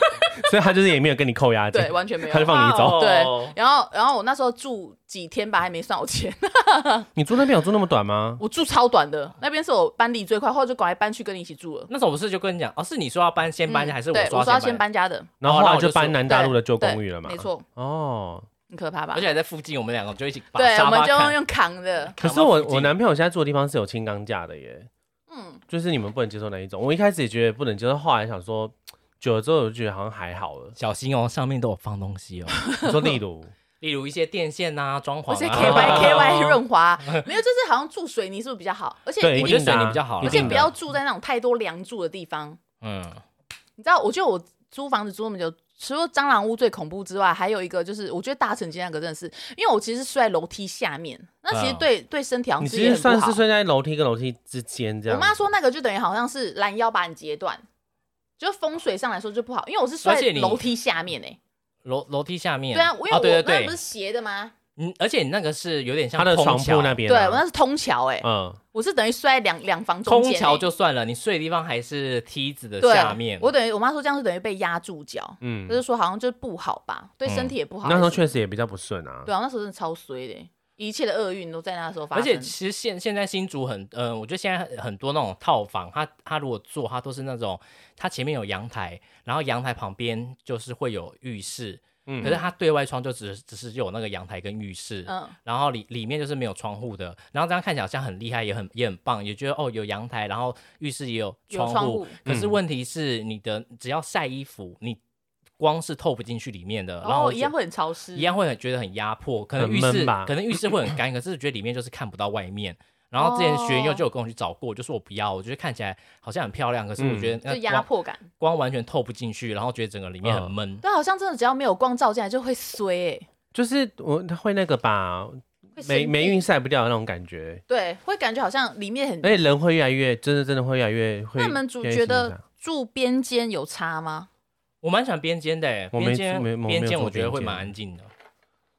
Speaker 1: 所以他就是也没有跟你扣押金
Speaker 2: 对，，完全没有
Speaker 1: 他就。放你走。
Speaker 2: 对
Speaker 3: 哦，
Speaker 2: 然后，然后我那时候住几天吧，还没算我钱。
Speaker 1: 你住那边有住那么短吗？
Speaker 2: 我住超短
Speaker 1: 哦
Speaker 2: 的，那边是我搬离最快，后来就赶快搬去跟你一起住了。嗯
Speaker 3: 那时候我不是就跟你讲，哦，是你说要搬先搬家，还是
Speaker 2: 对，我
Speaker 3: 说
Speaker 2: 说要
Speaker 3: 先
Speaker 2: 先
Speaker 3: 搬？
Speaker 2: 搬家的，
Speaker 1: 然后
Speaker 3: 哦
Speaker 1: 后
Speaker 3: 那
Speaker 1: 来
Speaker 3: 我就
Speaker 1: 就搬
Speaker 3: 住
Speaker 1: 南大
Speaker 2: 对
Speaker 1: 路的旧
Speaker 2: 对
Speaker 1: 公寓了嘛？
Speaker 2: 没。错，
Speaker 1: 哦，
Speaker 2: 很可怕吧
Speaker 3: 而？且还在附近，我们两个就一起把
Speaker 2: 对，我
Speaker 3: 沙
Speaker 2: 们
Speaker 3: 发
Speaker 2: 就
Speaker 3: 看
Speaker 2: 用扛 的。
Speaker 1: 可
Speaker 3: 扛
Speaker 1: 是
Speaker 3: 到
Speaker 1: 我
Speaker 3: 附
Speaker 1: 我
Speaker 3: 近。
Speaker 1: 男朋友现在住的地方是有轻钢架的耶，
Speaker 2: 嗯，
Speaker 1: 就是你们不能接受那一种。我一开始也觉得不能接受，后来想说久了之后我就觉得好像还好了
Speaker 3: 小心哦，上面都有放东西哦，
Speaker 1: 你说例如，
Speaker 3: 例如一些电线啊、装潢
Speaker 2: 而且 K
Speaker 3: 啊。
Speaker 2: Y K
Speaker 1: 哦
Speaker 2: Y 润滑，没有，就是好像住水泥是不是比较好？而且
Speaker 1: 对，
Speaker 2: 你
Speaker 1: 一
Speaker 3: 我觉得
Speaker 1: 定的啊
Speaker 3: 水泥比较好啦
Speaker 1: 一
Speaker 2: 而且
Speaker 1: 定
Speaker 2: 不
Speaker 1: 的
Speaker 2: 要住在那种太多梁柱的地方。
Speaker 3: 嗯，
Speaker 2: 你知道，我觉得我租房子租那么久，除了蟑螂屋最恐怖之外，还有一个就是，我觉得大城街那个真的是，因为我其实是睡在楼梯下面，那其实
Speaker 3: 嗯
Speaker 2: 对、对身体好像
Speaker 1: 你
Speaker 2: 是
Speaker 1: 其
Speaker 2: 也很
Speaker 1: 实
Speaker 2: 不
Speaker 1: 算是
Speaker 2: 好
Speaker 1: 睡在楼梯跟楼梯之间这
Speaker 2: 我
Speaker 1: 样。
Speaker 2: 妈说那个就等于好像是拦腰把你截断，就风水上来说就不好，因为我是睡
Speaker 3: 而且
Speaker 2: 在
Speaker 3: 你
Speaker 2: 楼梯下面哎、
Speaker 3: 楼楼梯下面。
Speaker 2: 对啊，我因为我、
Speaker 3: 哦对
Speaker 2: 那
Speaker 3: 对
Speaker 2: 不是
Speaker 3: 对，
Speaker 2: 斜的吗？
Speaker 3: 嗯，而且你那个是有点像
Speaker 1: 他的
Speaker 3: 空
Speaker 1: 床
Speaker 3: 桥
Speaker 1: 铺那边
Speaker 2: 对，
Speaker 1: 啊，
Speaker 2: 我那是通桥哎、
Speaker 1: 嗯，
Speaker 2: 我是等于睡在两两房中
Speaker 3: 空
Speaker 2: 间、欸。
Speaker 3: 桥就算了，你睡的地方还是梯子的
Speaker 2: 对啊
Speaker 3: 下面。
Speaker 2: 我等于我妈说这样是等于被压住脚，
Speaker 1: 嗯
Speaker 2: 就是说好像就是不好吧，对身体也不好。
Speaker 1: 那时候确实也比较不顺啊。
Speaker 2: 对啊，那时候真的超衰的欸、一切的厄运都在那时候发
Speaker 3: 而
Speaker 2: 生。
Speaker 3: 且其实现现在新竹很，呃，我觉得现在很很多那种套房，它它如果做，它都是那种它前面有阳台，然后阳台旁边就是会有浴室，
Speaker 1: 嗯
Speaker 3: 可是它对外窗就只只是有那个阳台跟浴室，
Speaker 2: 嗯，
Speaker 3: 然后里里面就是没有窗户的，然后这样看起来好像很厉害，也很也很棒，也觉得哦有阳台，然后浴室也有
Speaker 2: 有
Speaker 3: 窗户，
Speaker 2: 窗户嗯
Speaker 3: 可是问题是你的只要晒衣服，你光是透不进去里面的，然
Speaker 2: 然
Speaker 3: 后
Speaker 2: 后
Speaker 3: 我
Speaker 2: 哦一
Speaker 3: 觉
Speaker 2: 样会很潮湿，
Speaker 3: 一样会很觉得很压迫，可能
Speaker 1: 很
Speaker 3: 浴
Speaker 1: 闷
Speaker 3: 室
Speaker 1: 吧
Speaker 3: 可能浴室会很干，可是觉得里面就是看不到外面。然后之前
Speaker 2: 哦
Speaker 3: 学友就有跟我去找过，我就说我不要，我觉得看起来好像很漂亮，可是我
Speaker 1: 嗯
Speaker 3: 觉得那
Speaker 2: 就
Speaker 3: 光
Speaker 2: 压迫感。
Speaker 3: 光完全透不进去，然后觉得整个里面
Speaker 1: 嗯
Speaker 3: 很闷。
Speaker 2: 对，啊好像真的只要没有光照进来就会衰欸
Speaker 1: 就是我他会那个把
Speaker 2: 会生
Speaker 1: 霉霉
Speaker 2: 病
Speaker 1: 运晒不掉的那种感觉，
Speaker 2: 对，会感觉好像里面很
Speaker 1: 而且人会越来越，真的真的会越来越会。
Speaker 2: 那你们主
Speaker 1: 越来越
Speaker 2: 觉
Speaker 1: 形象
Speaker 2: 得住边间有差吗？
Speaker 3: 我蛮喜欢边间的欸，
Speaker 1: 我没
Speaker 3: 边间
Speaker 1: 没我没有
Speaker 3: 边间
Speaker 1: 做
Speaker 3: 我觉得
Speaker 1: 边
Speaker 3: 会
Speaker 1: 间
Speaker 3: 蛮安静的。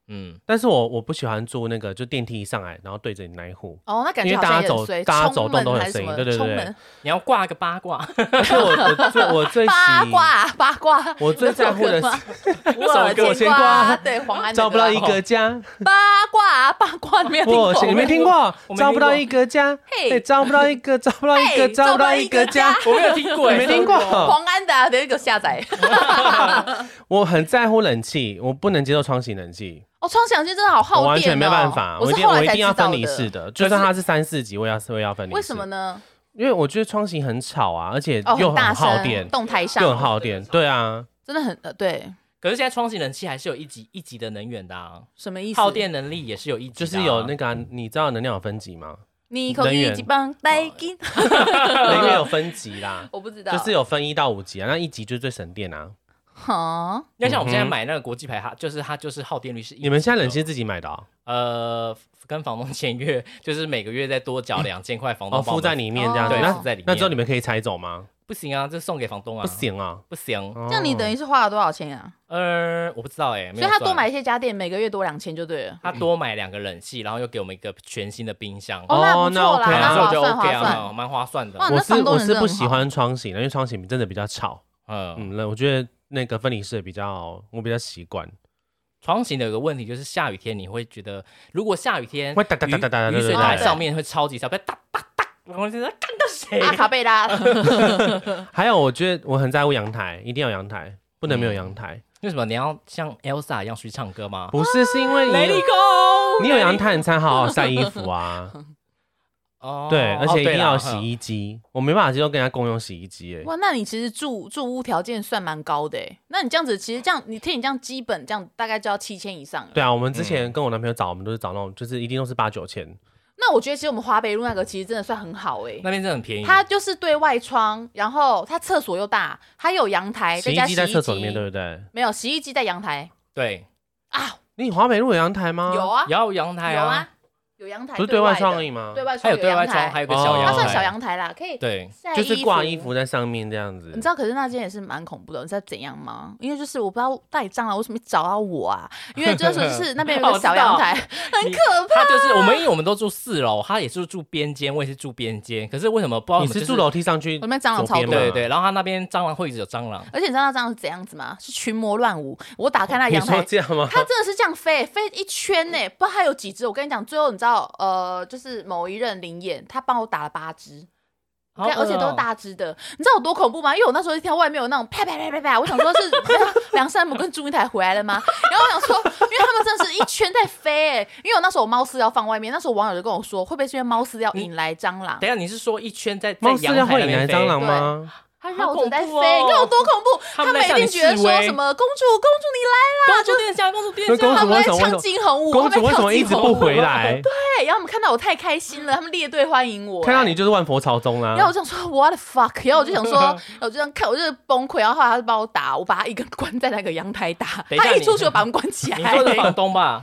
Speaker 3: 嗯，
Speaker 1: 但是我我不喜欢住那个，就电梯一上来，然后对着你那一 户。
Speaker 2: 哦，那感觉
Speaker 1: 因为
Speaker 2: 好像
Speaker 1: 大家
Speaker 2: 也
Speaker 1: 走
Speaker 2: 很衰，
Speaker 1: 大家
Speaker 2: 冲
Speaker 1: 走动都
Speaker 2: 门
Speaker 1: 有
Speaker 2: 还是什
Speaker 1: 声音
Speaker 2: 么
Speaker 1: 对对对
Speaker 2: 冲
Speaker 1: 对
Speaker 2: 门
Speaker 3: 你要挂个八卦，
Speaker 1: 而且我我最我最喜
Speaker 2: 八卦八卦，
Speaker 1: 我最在乎的 是
Speaker 2: 我
Speaker 1: 给我牵
Speaker 2: 挂，
Speaker 1: 挂
Speaker 2: 对黄安的
Speaker 1: 找不
Speaker 2: 歌
Speaker 1: 到
Speaker 2: 啊
Speaker 1: 一个家，
Speaker 2: 八卦八卦，你没有 听
Speaker 1: 我
Speaker 2: 过？
Speaker 1: 你没听过？找不到一个家，
Speaker 2: 嘿
Speaker 1: 对，找不到一个，找不到一个，
Speaker 2: 嘿
Speaker 1: 找不到一个家。
Speaker 3: 我没有听过，欸
Speaker 1: 你没听过？
Speaker 2: 黄安的啊的一个下载
Speaker 1: 我很在乎冷气，我不能接受窗型冷气，
Speaker 2: 哦，创想机真的好耗
Speaker 1: 我
Speaker 2: 电哦，
Speaker 1: 完全没办法。
Speaker 2: 我
Speaker 1: 我一
Speaker 2: 是
Speaker 1: 定
Speaker 2: 后
Speaker 1: 我
Speaker 2: 来
Speaker 1: 一
Speaker 2: 才
Speaker 1: 定
Speaker 2: 知
Speaker 1: 要
Speaker 2: 道
Speaker 1: 分离式的，就算它是三四级，我也要我也要分离。
Speaker 2: 为什么？呢？
Speaker 1: 因为我觉得窗型很吵啊，而且
Speaker 2: 哦，
Speaker 1: 又
Speaker 2: 大
Speaker 1: 很耗
Speaker 2: 声，
Speaker 1: 电，
Speaker 2: 动态
Speaker 1: 又很
Speaker 2: 上
Speaker 1: 耗电。对啊，
Speaker 2: 真的很呃，对，
Speaker 3: 可是现在窗型冷气还是有一级一级的能源的、啊，
Speaker 2: 什么意思？
Speaker 3: 耗，电能力也是有一级的
Speaker 1: 就
Speaker 3: 啊、
Speaker 1: 是有那个啊，你知道能量有分 级吗？
Speaker 2: 你口
Speaker 1: 能
Speaker 2: 一
Speaker 1: 源
Speaker 2: 几棒带金，
Speaker 1: 能量有分级啦，
Speaker 2: 我不 知道，
Speaker 1: 就是有分一到五级啊，那一级就是最省电啊。
Speaker 2: 哈，
Speaker 3: 那像我们现在
Speaker 1: 嗯哼
Speaker 3: 买那个国际牌，它就是它就是耗电率是一级的。
Speaker 1: 你们现在冷气是自己买的哦，
Speaker 3: 呃跟房东 签约，就是每个月再多缴两千块，房东
Speaker 1: 哦，
Speaker 3: 帮我
Speaker 1: 附
Speaker 3: 们
Speaker 1: 在里面这样子
Speaker 3: 对，
Speaker 2: 哦
Speaker 3: 它
Speaker 1: 那
Speaker 3: 附在里面。
Speaker 1: 那之后你们可以拆走吗？
Speaker 3: 不行啊，这送给房东啊，
Speaker 1: 不，行啊，
Speaker 3: 不行。
Speaker 1: 这
Speaker 2: 这样你等
Speaker 1: 于
Speaker 2: 于是花了多少钱啊？
Speaker 3: 呃，我不知道哎、
Speaker 2: 所
Speaker 3: 没有
Speaker 2: 以他
Speaker 3: 算
Speaker 2: 多买一些家电，每个月多两千就对了。
Speaker 3: 他多买两个冷气，然后又给我们一个全新的冰箱，
Speaker 2: 哦，那
Speaker 1: 哦
Speaker 2: 不
Speaker 1: 那
Speaker 2: 错啦，
Speaker 1: OK 啊
Speaker 2: 那
Speaker 3: 所以我
Speaker 2: 划
Speaker 3: 觉得
Speaker 2: 算
Speaker 3: OK
Speaker 2: 划
Speaker 3: 啊，
Speaker 2: 算。
Speaker 3: 蛮划算的
Speaker 2: 哇。那
Speaker 1: 我
Speaker 2: 房
Speaker 1: 是
Speaker 2: 东
Speaker 1: 哦我
Speaker 2: 人真
Speaker 1: 是
Speaker 2: 的
Speaker 1: 不
Speaker 2: 很
Speaker 1: 喜
Speaker 2: 好
Speaker 1: 欢窗型的，因为窗型真的比较吵。
Speaker 3: 嗯，
Speaker 1: 嗯，那我觉得那个分离式比较我比较习惯，
Speaker 3: 床型的有个问题就是下雨天你会觉得，如果下雨天
Speaker 1: 会哒哒哒哒哒
Speaker 3: 雨
Speaker 1: 对
Speaker 3: 雨水
Speaker 1: 对
Speaker 3: 在
Speaker 1: 对
Speaker 3: 上面会超级小，会哒哒哒，我觉得干到谁？
Speaker 2: 阿啊卡贝 拉，
Speaker 1: 还有我觉得我很在乎阳台，一定要有阳台，不能没有
Speaker 2: 嗯
Speaker 1: 阳台。
Speaker 3: 为什么你要像 Elsa 一样出去唱歌吗？
Speaker 1: 不是是因
Speaker 2: 啊
Speaker 1: 为
Speaker 3: 雷利
Speaker 1: 你
Speaker 3: 公，
Speaker 1: 你有阳台，你 才好好晒衣服啊。
Speaker 3: 哦，嗯
Speaker 1: 对，而且一定要有洗
Speaker 3: 洗。
Speaker 1: 衣机，我没办法接受跟人家共用洗衣机哎。
Speaker 2: 嗯哇，那你其实住住屋条件算蛮高的欸那你这样子，其实这样你听你这样基本这样大概就要七千以上了。
Speaker 1: 对啊，我们之前
Speaker 2: 嗯
Speaker 1: 跟我男朋友找，我们都是找那种，就是一定都是八九千。
Speaker 2: 那我觉得其实我们华北路那个其实真的算很好哎。
Speaker 3: 那边真的很
Speaker 1: 嗯
Speaker 3: 便宜，
Speaker 2: 它就是对外窗，然后它厕所又大，它有阳台，
Speaker 1: 洗
Speaker 2: 再哎
Speaker 1: 衣
Speaker 2: 加洗
Speaker 1: 机
Speaker 2: 衣
Speaker 1: 在厕所里面，对不对？
Speaker 2: 没有洗衣机在阳台
Speaker 3: 对，
Speaker 2: 啊，
Speaker 1: 你华北路有嗯阳台吗？
Speaker 2: 有，啊，
Speaker 3: 也要有阳台
Speaker 2: 有啊，，有阳台，
Speaker 1: 不是
Speaker 2: 对
Speaker 1: 对外窗
Speaker 2: 的
Speaker 1: 而已吗？
Speaker 2: 对外
Speaker 3: 还
Speaker 2: 窗
Speaker 3: 有对外
Speaker 2: 阳
Speaker 3: 窗，
Speaker 2: 台，
Speaker 3: 还有个小阳台，
Speaker 1: 哦
Speaker 2: 它算小阳台啦，可以
Speaker 3: 对，
Speaker 2: 晒
Speaker 1: 就是挂衣。服在上面这样子。
Speaker 2: 你知道，可是那间也是蛮恐怖的，你知道怎样吗？因为就是我不知道到底蟑螂为什么找到我啊，因为就是 就是那边有
Speaker 3: 哦
Speaker 2: 个
Speaker 3: 我知
Speaker 2: 小阳
Speaker 3: 道
Speaker 2: 台，很
Speaker 3: 你
Speaker 2: 可怕。
Speaker 3: 他就是我们，因为我们都住四楼，他也是住边间，我也是住边间，可是为什么不知道
Speaker 1: 你
Speaker 3: 我们就是
Speaker 1: 住？楼梯上去
Speaker 2: 我，那边蟑螂超
Speaker 1: 左
Speaker 2: 多
Speaker 1: 边
Speaker 2: 的
Speaker 3: 对
Speaker 1: 吗。
Speaker 3: 对，然后他那边蟑螂会一直有蟑螂，
Speaker 2: 而且你知道那蟑螂是怎样子吗？是群魔乱舞。我打开那
Speaker 1: 你
Speaker 2: 阳
Speaker 1: 说
Speaker 2: 台，
Speaker 1: 这样吗？
Speaker 2: 它真的是这样飞，飞一圈呢，不知道它有几只。我跟你讲，最后你知道，呃，就是某一任灵眼，他帮我打了八只，
Speaker 3: 好
Speaker 2: 而且
Speaker 3: 恶
Speaker 2: 都是
Speaker 3: 哦
Speaker 2: 大只的。你知道有多恐怖吗？因为我那时候一听到外面有那种啪啪啪啪啪，我想说是梁山伯跟祝英台回来了吗？ 然后我想说，因为他们真的是一圈在飞，哎，因为我那时候我猫饲料放外面，那时候网友就跟我说，会不会是因为猫饲料
Speaker 1: 嗯
Speaker 2: 引来蟑螂？
Speaker 3: 等一下，你是说一圈在在
Speaker 1: 猫饲料
Speaker 3: 阳台
Speaker 1: 会
Speaker 3: 那
Speaker 1: 引
Speaker 3: 边
Speaker 1: 来
Speaker 3: 飞
Speaker 1: 蟑螂吗？
Speaker 2: 它绕着在飞，
Speaker 3: 好恐怖哦
Speaker 2: 你看有多恐怖？
Speaker 3: 他们
Speaker 2: 们
Speaker 3: 在
Speaker 2: 一定觉得
Speaker 3: 向你示
Speaker 2: 说
Speaker 3: 威
Speaker 2: 什么公主，公主你来啦，就
Speaker 3: 殿下，公主殿
Speaker 1: 那公
Speaker 2: 他
Speaker 1: 主
Speaker 2: 们
Speaker 1: 为
Speaker 2: 在
Speaker 1: 什么为什
Speaker 2: 唱
Speaker 1: 么
Speaker 2: 惊鸿舞，
Speaker 1: 公
Speaker 2: 他
Speaker 1: 主
Speaker 2: 们
Speaker 1: 为
Speaker 2: 在
Speaker 1: 什
Speaker 2: 跳
Speaker 1: 么一直
Speaker 2: 惊鸿
Speaker 1: 不
Speaker 2: 舞
Speaker 1: 回来？
Speaker 2: 对，然后我们看到我太开心了，他们列队欢迎我、
Speaker 1: 看到你
Speaker 2: 哎。
Speaker 1: 就是万佛啊朝宗啦
Speaker 2: 然。后我就想说 What the fuck，然后我就想说， 然后我就这样看，我就是崩溃。然后后来他就把我打，我把他一个人关在那个阳台打，
Speaker 3: 等一下
Speaker 2: 他一
Speaker 3: 你
Speaker 2: 出 去我把门关起来。欸
Speaker 3: 你说的是房 东吧？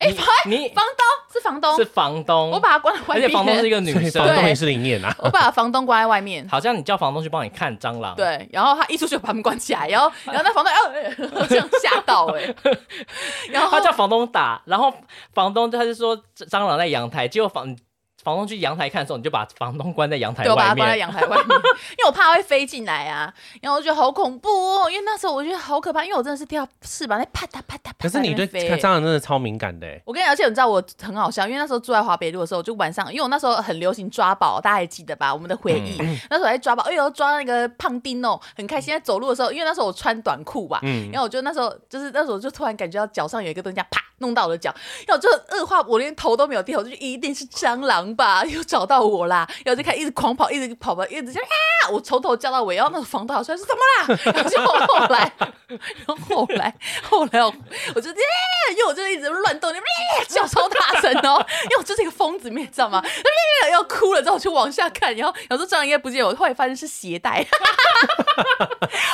Speaker 3: 哎，你
Speaker 2: 房东是房东，
Speaker 3: 是房东，
Speaker 2: 我把他关在外
Speaker 3: 而且
Speaker 2: 面。
Speaker 3: 房 东是一 个女
Speaker 1: 所以
Speaker 3: 生
Speaker 1: 房，东也是灵验啊。
Speaker 2: 我把房东关在外面。
Speaker 3: 好像你叫房东去帮你看蟑螂，，
Speaker 2: 对，然后他一出去我把门关起来，然后然后那房东哎，我这样吓到哎、 然后
Speaker 3: 他叫房东打，然后房东他就说蟑螂在阳台，结果房房东去阳台看的时候，你就把房东关在阳台
Speaker 2: 对，我把它
Speaker 3: 外
Speaker 2: 关在
Speaker 3: 面。
Speaker 2: 阳台外 面，因为我怕它会飞进来啊。然后我觉得好恐怖哦，因为那时候我觉得好可怕，因为我真的是跳翅膀在啪嗒啪嗒啪嗒。
Speaker 1: 可是你对看蟑螂真的超敏感的欸，
Speaker 2: 我跟你讲，而且你知道我很好笑，因为那时候住在华北路的时候，就晚上，因为我那时候很流行抓宝，大家还记得吧？我们的回忆，那时候还抓宝，哎呦抓那个胖丁哦，很开心。在走路的时候，因为那时候我穿短裤吧，
Speaker 1: 嗯
Speaker 2: 然后我就那时候就是那时候我就突然感觉到脚上有一个东西这样啪弄到我的脚，然后我就二话我连头都没有低头，我就一定是蟑螂吧，又找到我啦，然后就开始一直狂跑，一直跑吧，一直这样啊，我从头叫到尾，然后那个房东好像是怎么啦？然后就后来，然后后来后来我我就耶，啊因为我就一直乱动，就耶啊叫超大声哦，因为我就是一个疯子，你们也知道吗？耶要哭了之后我就往下看，然后然后说蟑螂应该不见我，后来发现是鞋带。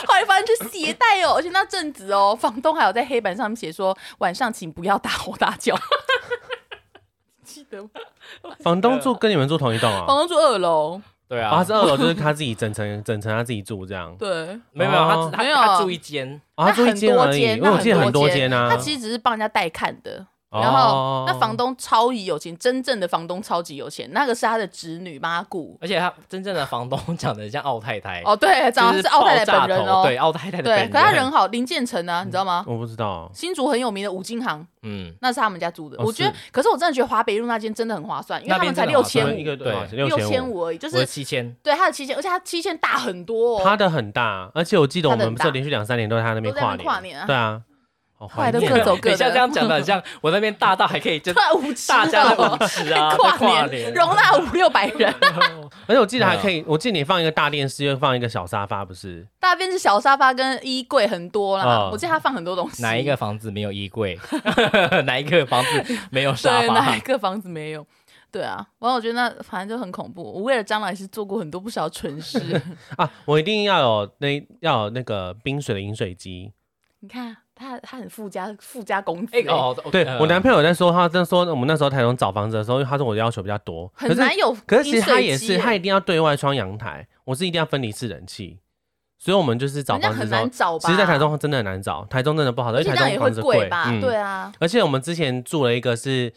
Speaker 2: 后来发现是携带哦，而且那阵子哦，房东还有在黑板上面写说晚上请不要大吼大 叫。记得吗？
Speaker 1: 房东住跟你们住同一栋
Speaker 2: 房
Speaker 1: 啊？
Speaker 2: 东住二楼，
Speaker 3: 对
Speaker 1: 啊，
Speaker 3: 啊
Speaker 2: 哦
Speaker 1: 他，是二楼，就是他自己整层整层他自己住这样。
Speaker 2: 对，
Speaker 3: 没有没有，他
Speaker 1: 哦
Speaker 3: 他
Speaker 2: 没有
Speaker 3: 他住一间，
Speaker 1: 啊，他住一
Speaker 2: 很
Speaker 1: 间
Speaker 2: 多
Speaker 1: 而已，
Speaker 2: 间，
Speaker 1: 因为
Speaker 2: 那
Speaker 1: 我记得
Speaker 2: 很
Speaker 1: 很多
Speaker 2: 间
Speaker 1: 间啊。
Speaker 2: 他其实只是帮人家代看的，然后
Speaker 1: 哦
Speaker 2: 那房东超级有钱，真正的房东超级有钱，那个是他的侄女妈姑。
Speaker 3: 而且他真正的房东长得像奥太太，
Speaker 2: 哦，对，长得
Speaker 3: 哎就是
Speaker 2: 奥太太
Speaker 3: 爆炸
Speaker 2: 本人
Speaker 3: 头
Speaker 2: 哦，
Speaker 3: 对，奥太太的本
Speaker 2: 对，
Speaker 3: 人。
Speaker 2: 可他人好，林建成啊，你知道吗？
Speaker 1: 我不知道，
Speaker 2: 新竹很有名的五金行，
Speaker 3: 嗯，
Speaker 2: 那是他们家租的。
Speaker 1: 哦
Speaker 2: 我觉得
Speaker 1: 是，
Speaker 2: 可是我真的觉得华北路那间真的很划算，因为他
Speaker 3: 那
Speaker 2: 们
Speaker 3: 边
Speaker 2: 才
Speaker 3: 真的
Speaker 2: 六
Speaker 3: 划算
Speaker 2: 千
Speaker 1: 千
Speaker 2: 五，
Speaker 1: 啊一个多少钱？
Speaker 2: 六千
Speaker 1: 千五，
Speaker 2: 五而已，就
Speaker 3: 我的
Speaker 2: 是
Speaker 3: 七千，
Speaker 2: 对它的期限，而且它期限大很多、 哦。
Speaker 1: 他的很大，而且我记得我
Speaker 2: 他的
Speaker 1: 们
Speaker 2: 很
Speaker 1: 不
Speaker 2: 大
Speaker 1: 是连续两三年都在他那边
Speaker 2: 都在那
Speaker 1: 跨
Speaker 2: 边跨年啊
Speaker 1: 对啊，好
Speaker 2: 后来
Speaker 1: 怀
Speaker 2: 哎都
Speaker 1: 念
Speaker 2: 各
Speaker 1: 啊。
Speaker 2: 走各的
Speaker 3: 你像这样讲的，很像我那边大到还可 以就
Speaker 2: 太无知
Speaker 3: 大家的
Speaker 2: 了
Speaker 3: 舞，池 啊，在
Speaker 2: 跨
Speaker 3: 年
Speaker 2: 容纳五六百 人，
Speaker 1: 而且我记得还可以，
Speaker 2: 啊
Speaker 1: 我记得你放一个大电视，又放一个小沙发，不是？
Speaker 2: 大便是小沙发跟衣柜很多啦。
Speaker 1: 啊
Speaker 2: 我记得他放很多东西，
Speaker 3: 哪一个房子没有衣柜？ 哪一个房子没有沙
Speaker 2: 对，
Speaker 1: 啊
Speaker 2: 哪
Speaker 3: 发
Speaker 2: 一？个房子没有？对啊，完了我觉得那反正就很恐怖。我为了蟑螂也是做过很多不少蠢 事。
Speaker 1: 啊，我一定要有那要有那个冰水的饮水机。
Speaker 2: 你看他，他很富家富家公子、
Speaker 3: 哎
Speaker 2: 欸，
Speaker 3: 哦，
Speaker 1: 对
Speaker 3: 呃
Speaker 1: 我男朋友在说，他在说我们那时候台中找房子的时候，因为他说我的要求比较多，可
Speaker 2: 很
Speaker 1: 是
Speaker 2: 难有
Speaker 1: 可是其实他也
Speaker 2: 饮水机
Speaker 1: 是，
Speaker 2: 欸
Speaker 1: 他一定要对外窗阳台，我是一定要分离式冷气，所以我们就是找
Speaker 2: 人家
Speaker 1: 房子
Speaker 2: 很
Speaker 1: 的时候
Speaker 2: 难，找吧？
Speaker 1: 其实，在台，中真的很难找，台中真的不好找，
Speaker 2: 而
Speaker 1: 而
Speaker 2: 且这
Speaker 1: 且台
Speaker 2: 样也
Speaker 1: 中
Speaker 2: 会
Speaker 1: 房子
Speaker 2: 贵吧？
Speaker 1: 嗯
Speaker 2: 对啊，
Speaker 1: 而且我们之前住了一个是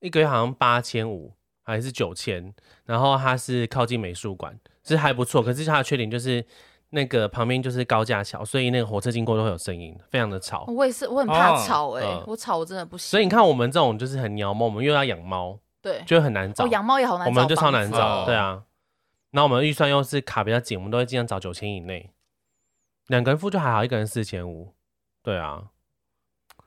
Speaker 1: 一个月好像八千五还是九千，然后它是靠近美术馆，是还不错，可是它的缺点就是那个旁边就是高架桥，所以那个火车经过都会有声音，非常的吵。
Speaker 2: 我也是，我很怕
Speaker 3: 哦
Speaker 2: 吵哎、
Speaker 1: 嗯
Speaker 2: 我吵我真的不行。
Speaker 1: 所以你看我们这种就是很鸟猫，我们又要养猫，
Speaker 2: 对，
Speaker 1: 就会很难找。
Speaker 2: 哦，养猫也好难
Speaker 1: 我
Speaker 2: 找，
Speaker 1: 们就超难
Speaker 3: 房子
Speaker 1: 找，
Speaker 3: 哦
Speaker 1: 对啊。那我们预算又是卡比较紧，我们都会尽量找九千以内，两个人付就还好，一个人四千五，对啊。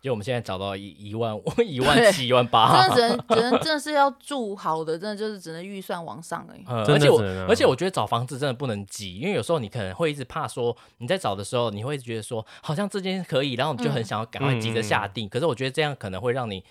Speaker 3: 就我们现在找到一 一万五、 一万七、一万八
Speaker 1: 啊
Speaker 2: 真，的只能 只能真的是要住好的，真的就是只能预算往上而已。
Speaker 3: 嗯
Speaker 1: 真的
Speaker 3: 而且我
Speaker 1: 只能啊
Speaker 3: 而且我觉得找房子真的不能急，因为有时候你可能会一直怕说你在找的时候，你会觉得说好像这间可以，然后你就很想要赶快急着下
Speaker 2: 嗯
Speaker 3: 定。可是我觉得这样可能会让你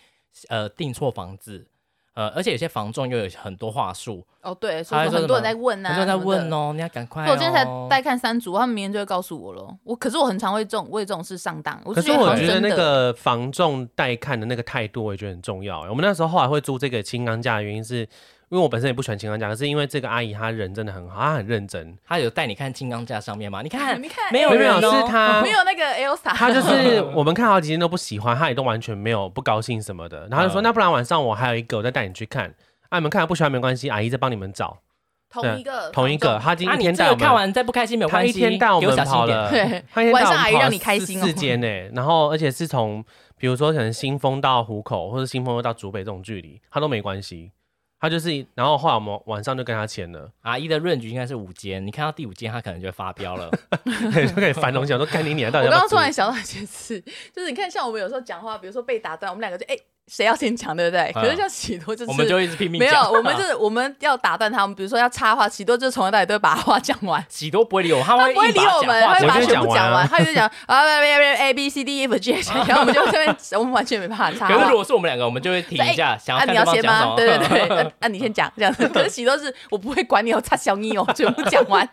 Speaker 3: 呃订错房子，呃，而且有些房仲又有很多话术，
Speaker 2: 哦，对，所
Speaker 3: 他
Speaker 2: 以
Speaker 3: 还
Speaker 2: 说
Speaker 3: 说
Speaker 2: 很多人
Speaker 3: 什
Speaker 2: 在
Speaker 3: 么
Speaker 2: 问啊，
Speaker 3: 很多人在问
Speaker 2: 哦。
Speaker 3: 哦，你要赶快、哦。
Speaker 2: 所以我今天才带看三组，他们明天就会告诉我了。我可是我很常为这种为这种事上当，我
Speaker 1: 可
Speaker 2: 就是觉得
Speaker 1: 我
Speaker 2: 好像
Speaker 1: 觉得
Speaker 2: 真
Speaker 1: 那
Speaker 2: 的
Speaker 1: 个房仲带看的那个态度，我也觉得很重要欸。我们那时候后来会租这个青钢架的原因是，因为我本身也不喜欢青钢架，可是因为这个阿姨她人真的很好，她很认真。
Speaker 3: 他有带你看金刚架上面吗？你看
Speaker 2: 你看
Speaker 3: 没有
Speaker 1: 没有
Speaker 3: 人哦
Speaker 1: 是她
Speaker 2: 没有那个 Elsa，
Speaker 1: 她啊就是我们看好几天都不喜欢，她也都完全没有不高兴什么的。然后她就说：“
Speaker 3: 嗯
Speaker 1: 那不然晚上我还有一个，我再带你去看。啊，你们看不喜欢没关系，阿姨再帮你们找
Speaker 2: 同一个
Speaker 1: 同一个。”
Speaker 2: 房
Speaker 1: 她今
Speaker 3: 啊，
Speaker 1: 天
Speaker 3: 你
Speaker 1: 天
Speaker 3: 这
Speaker 1: 带
Speaker 3: 个
Speaker 1: 我
Speaker 3: 看
Speaker 1: 们，
Speaker 3: 完再不开心没有
Speaker 1: 她
Speaker 3: 关
Speaker 1: 一
Speaker 3: 系，
Speaker 1: 天带我
Speaker 3: 给我
Speaker 1: 们
Speaker 3: 小心
Speaker 1: 跑
Speaker 3: 一点。
Speaker 1: 了，
Speaker 2: 对
Speaker 1: 她一天带我们
Speaker 2: 晚上阿姨
Speaker 1: 跑了
Speaker 2: 让你开心哦
Speaker 1: 四四间呢、然后而且是从比如说可能新丰到湖口，或者新丰又到竹北这种距离，他都没关系。他就是，然后后来我们晚上就跟他 签了，
Speaker 3: 阿啊姨的润局应该是五间，你看到第五间，他可能就发飙了。
Speaker 1: 就可以翻东西，我说干你娘，到
Speaker 2: 中
Speaker 1: 底
Speaker 2: 我刚刚
Speaker 1: 要不要
Speaker 2: 突
Speaker 1: 租？
Speaker 2: 然想到一件事，就是你看，像我们有时候讲话，比如说被打断，我们两个就哎，谁要先讲，对不对？
Speaker 1: 啊
Speaker 3: 嗯
Speaker 2: 可是像喜多就是
Speaker 3: 我们就一直拼命
Speaker 2: 没有
Speaker 3: 讲，
Speaker 2: 我们 就是我们要打断他，我们比如说要插话，喜多就从头到尾都会把话讲完。
Speaker 3: 喜多不会理我 们，他会
Speaker 2: 不会
Speaker 3: 硬
Speaker 2: 理
Speaker 3: 把
Speaker 2: 我们，
Speaker 3: 讲话
Speaker 2: 他会
Speaker 1: 我
Speaker 2: 把
Speaker 1: 就
Speaker 2: 全
Speaker 1: 讲
Speaker 2: 部
Speaker 1: 完
Speaker 2: 讲
Speaker 1: 啊
Speaker 2: 完，他就讲啊，A B C D E F G H，然后我们就这边，我们完全没办法插
Speaker 3: 可是
Speaker 2: 话
Speaker 3: 如。果是我们两个，我们就会停一下，想
Speaker 2: 啊，
Speaker 3: 要
Speaker 2: 你
Speaker 3: 看
Speaker 2: 要
Speaker 3: 对方
Speaker 2: 先
Speaker 3: 讲什
Speaker 2: 吗？
Speaker 3: 么。
Speaker 2: 对对对，啊，啊你先讲这样子。可是喜多是我不会管你，我插小你哦，全部讲完。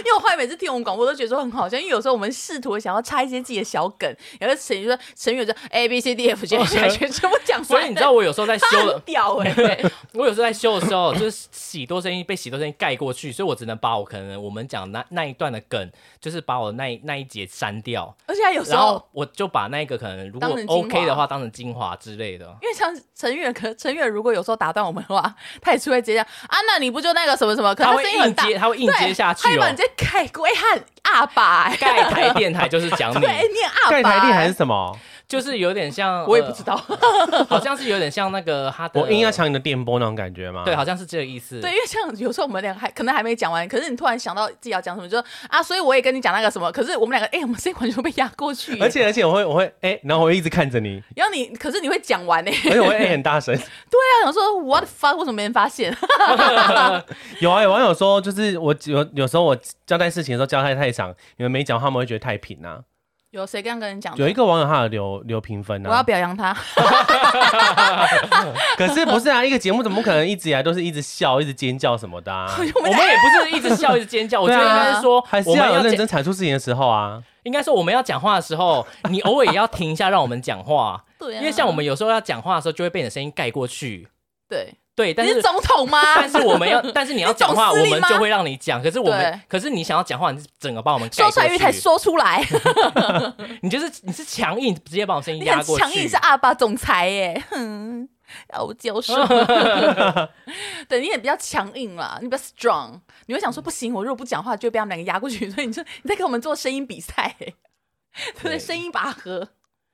Speaker 2: 因为我后来每次听我们广播都觉得说很好笑，因为有时候我们试图想要插一些自己的小梗，然后成语说成语就 A B C D E F G H，H，全部讲完。
Speaker 3: 哦所以你知道我有时候在
Speaker 2: 他
Speaker 3: 修
Speaker 2: 很
Speaker 3: 的，
Speaker 2: 屌哎、 欸，
Speaker 3: 我有时候在修的时候， 就是喜多声音被喜多声音盖过去，所以我只能把我可能我们讲那那一段的梗，就是把我那一那一节删掉，
Speaker 2: 而且他有时
Speaker 3: 然
Speaker 2: 候
Speaker 3: 后我就把那个可能如
Speaker 2: 当
Speaker 3: 果
Speaker 2: 成精华
Speaker 3: OK 的话当成精华之类的。
Speaker 2: 因为像陈月，可陈月如果有时候打断我们的话，他也是会直接讲啊，那你不就那个什么什么？可是
Speaker 3: 他
Speaker 2: 声
Speaker 3: 会
Speaker 2: 音很
Speaker 3: 硬
Speaker 2: 大，
Speaker 3: 接，他会硬接下去
Speaker 2: 对他把
Speaker 3: 哦
Speaker 2: 你。这盖龟汉阿爸、欸，
Speaker 3: 盖台电台就是讲你
Speaker 2: 对，，念阿爸、
Speaker 1: 盖台地还是
Speaker 2: 欸
Speaker 1: 什么？
Speaker 3: 就是有点像，
Speaker 2: 我也不知道，
Speaker 3: 道，好像是有点像那个他的，
Speaker 1: 我硬要抢你的电波那种感觉吗？
Speaker 3: 呃对，好像是这个意思。
Speaker 2: 对，因为像有时候我们两个还可能还没讲完，可是你突然想到自己要讲什么，就说啊，所以我也跟你讲那个什么，可是我们两个，哎、我们声音完全被压过去、欸
Speaker 1: 而且而且我会我会哎、然后我会一直看着你，
Speaker 2: 然后你，可是你会讲完呢、欸，
Speaker 1: 而且我会哎、很大声。
Speaker 2: 他想说 what the fuck，为什么没人发现？
Speaker 1: 有啊，有网友说就是我有有时候我交代事情的时候交代太长，你们没讲话，他们会觉得太平啊。
Speaker 2: 有谁这样跟人讲的？
Speaker 1: 有一个网友他有留留评分
Speaker 2: 我要
Speaker 1: 啊，
Speaker 2: 表扬他，
Speaker 1: 可是不是啊？一个节目怎么可能一直以来都是一直笑、一直尖叫什么 的啊？
Speaker 2: 我
Speaker 3: 我
Speaker 2: 们
Speaker 3: 们也不是一直笑一直 尖叫，我觉得
Speaker 1: 对
Speaker 3: 应
Speaker 1: 啊
Speaker 3: 该是说，
Speaker 1: 还是
Speaker 3: 哎我们
Speaker 1: 要有认
Speaker 3: 讲，
Speaker 1: 真阐述事情的时候啊。
Speaker 3: 应该说我们要讲话的时候，你偶尔也要停一下，让我们讲话，
Speaker 2: 对、啊，
Speaker 3: 因为像我们有时候要讲话的时候，就会被你的声音盖过去。
Speaker 2: 对。
Speaker 3: 对，但
Speaker 2: 你
Speaker 3: 是
Speaker 2: 是总统吗？
Speaker 3: 但是我 们要，但是你要
Speaker 2: 你总
Speaker 3: 讲话，
Speaker 2: 司
Speaker 3: 我
Speaker 2: 令
Speaker 3: 们
Speaker 2: 吗
Speaker 3: 就会让你讲。可是我们
Speaker 2: 对，
Speaker 3: 可是你想要讲话，你是整个把我们盖
Speaker 2: 说
Speaker 3: 过
Speaker 2: 出来
Speaker 3: 去。
Speaker 2: 玉才说出来，
Speaker 3: 你就是你是强硬，直接把我声音
Speaker 2: 你
Speaker 3: 压
Speaker 2: 很
Speaker 3: 过去。
Speaker 2: 强硬，是阿爸总裁耶，哼，傲娇 是。 对，你也比较强硬啦，你比较 strong，你会想
Speaker 3: 嗯
Speaker 2: 说不行，我如果不讲话就会被他们两个压过去， 所以你就你在跟我们做声音比赛耶，对不对？
Speaker 3: 对
Speaker 2: 声音拔河。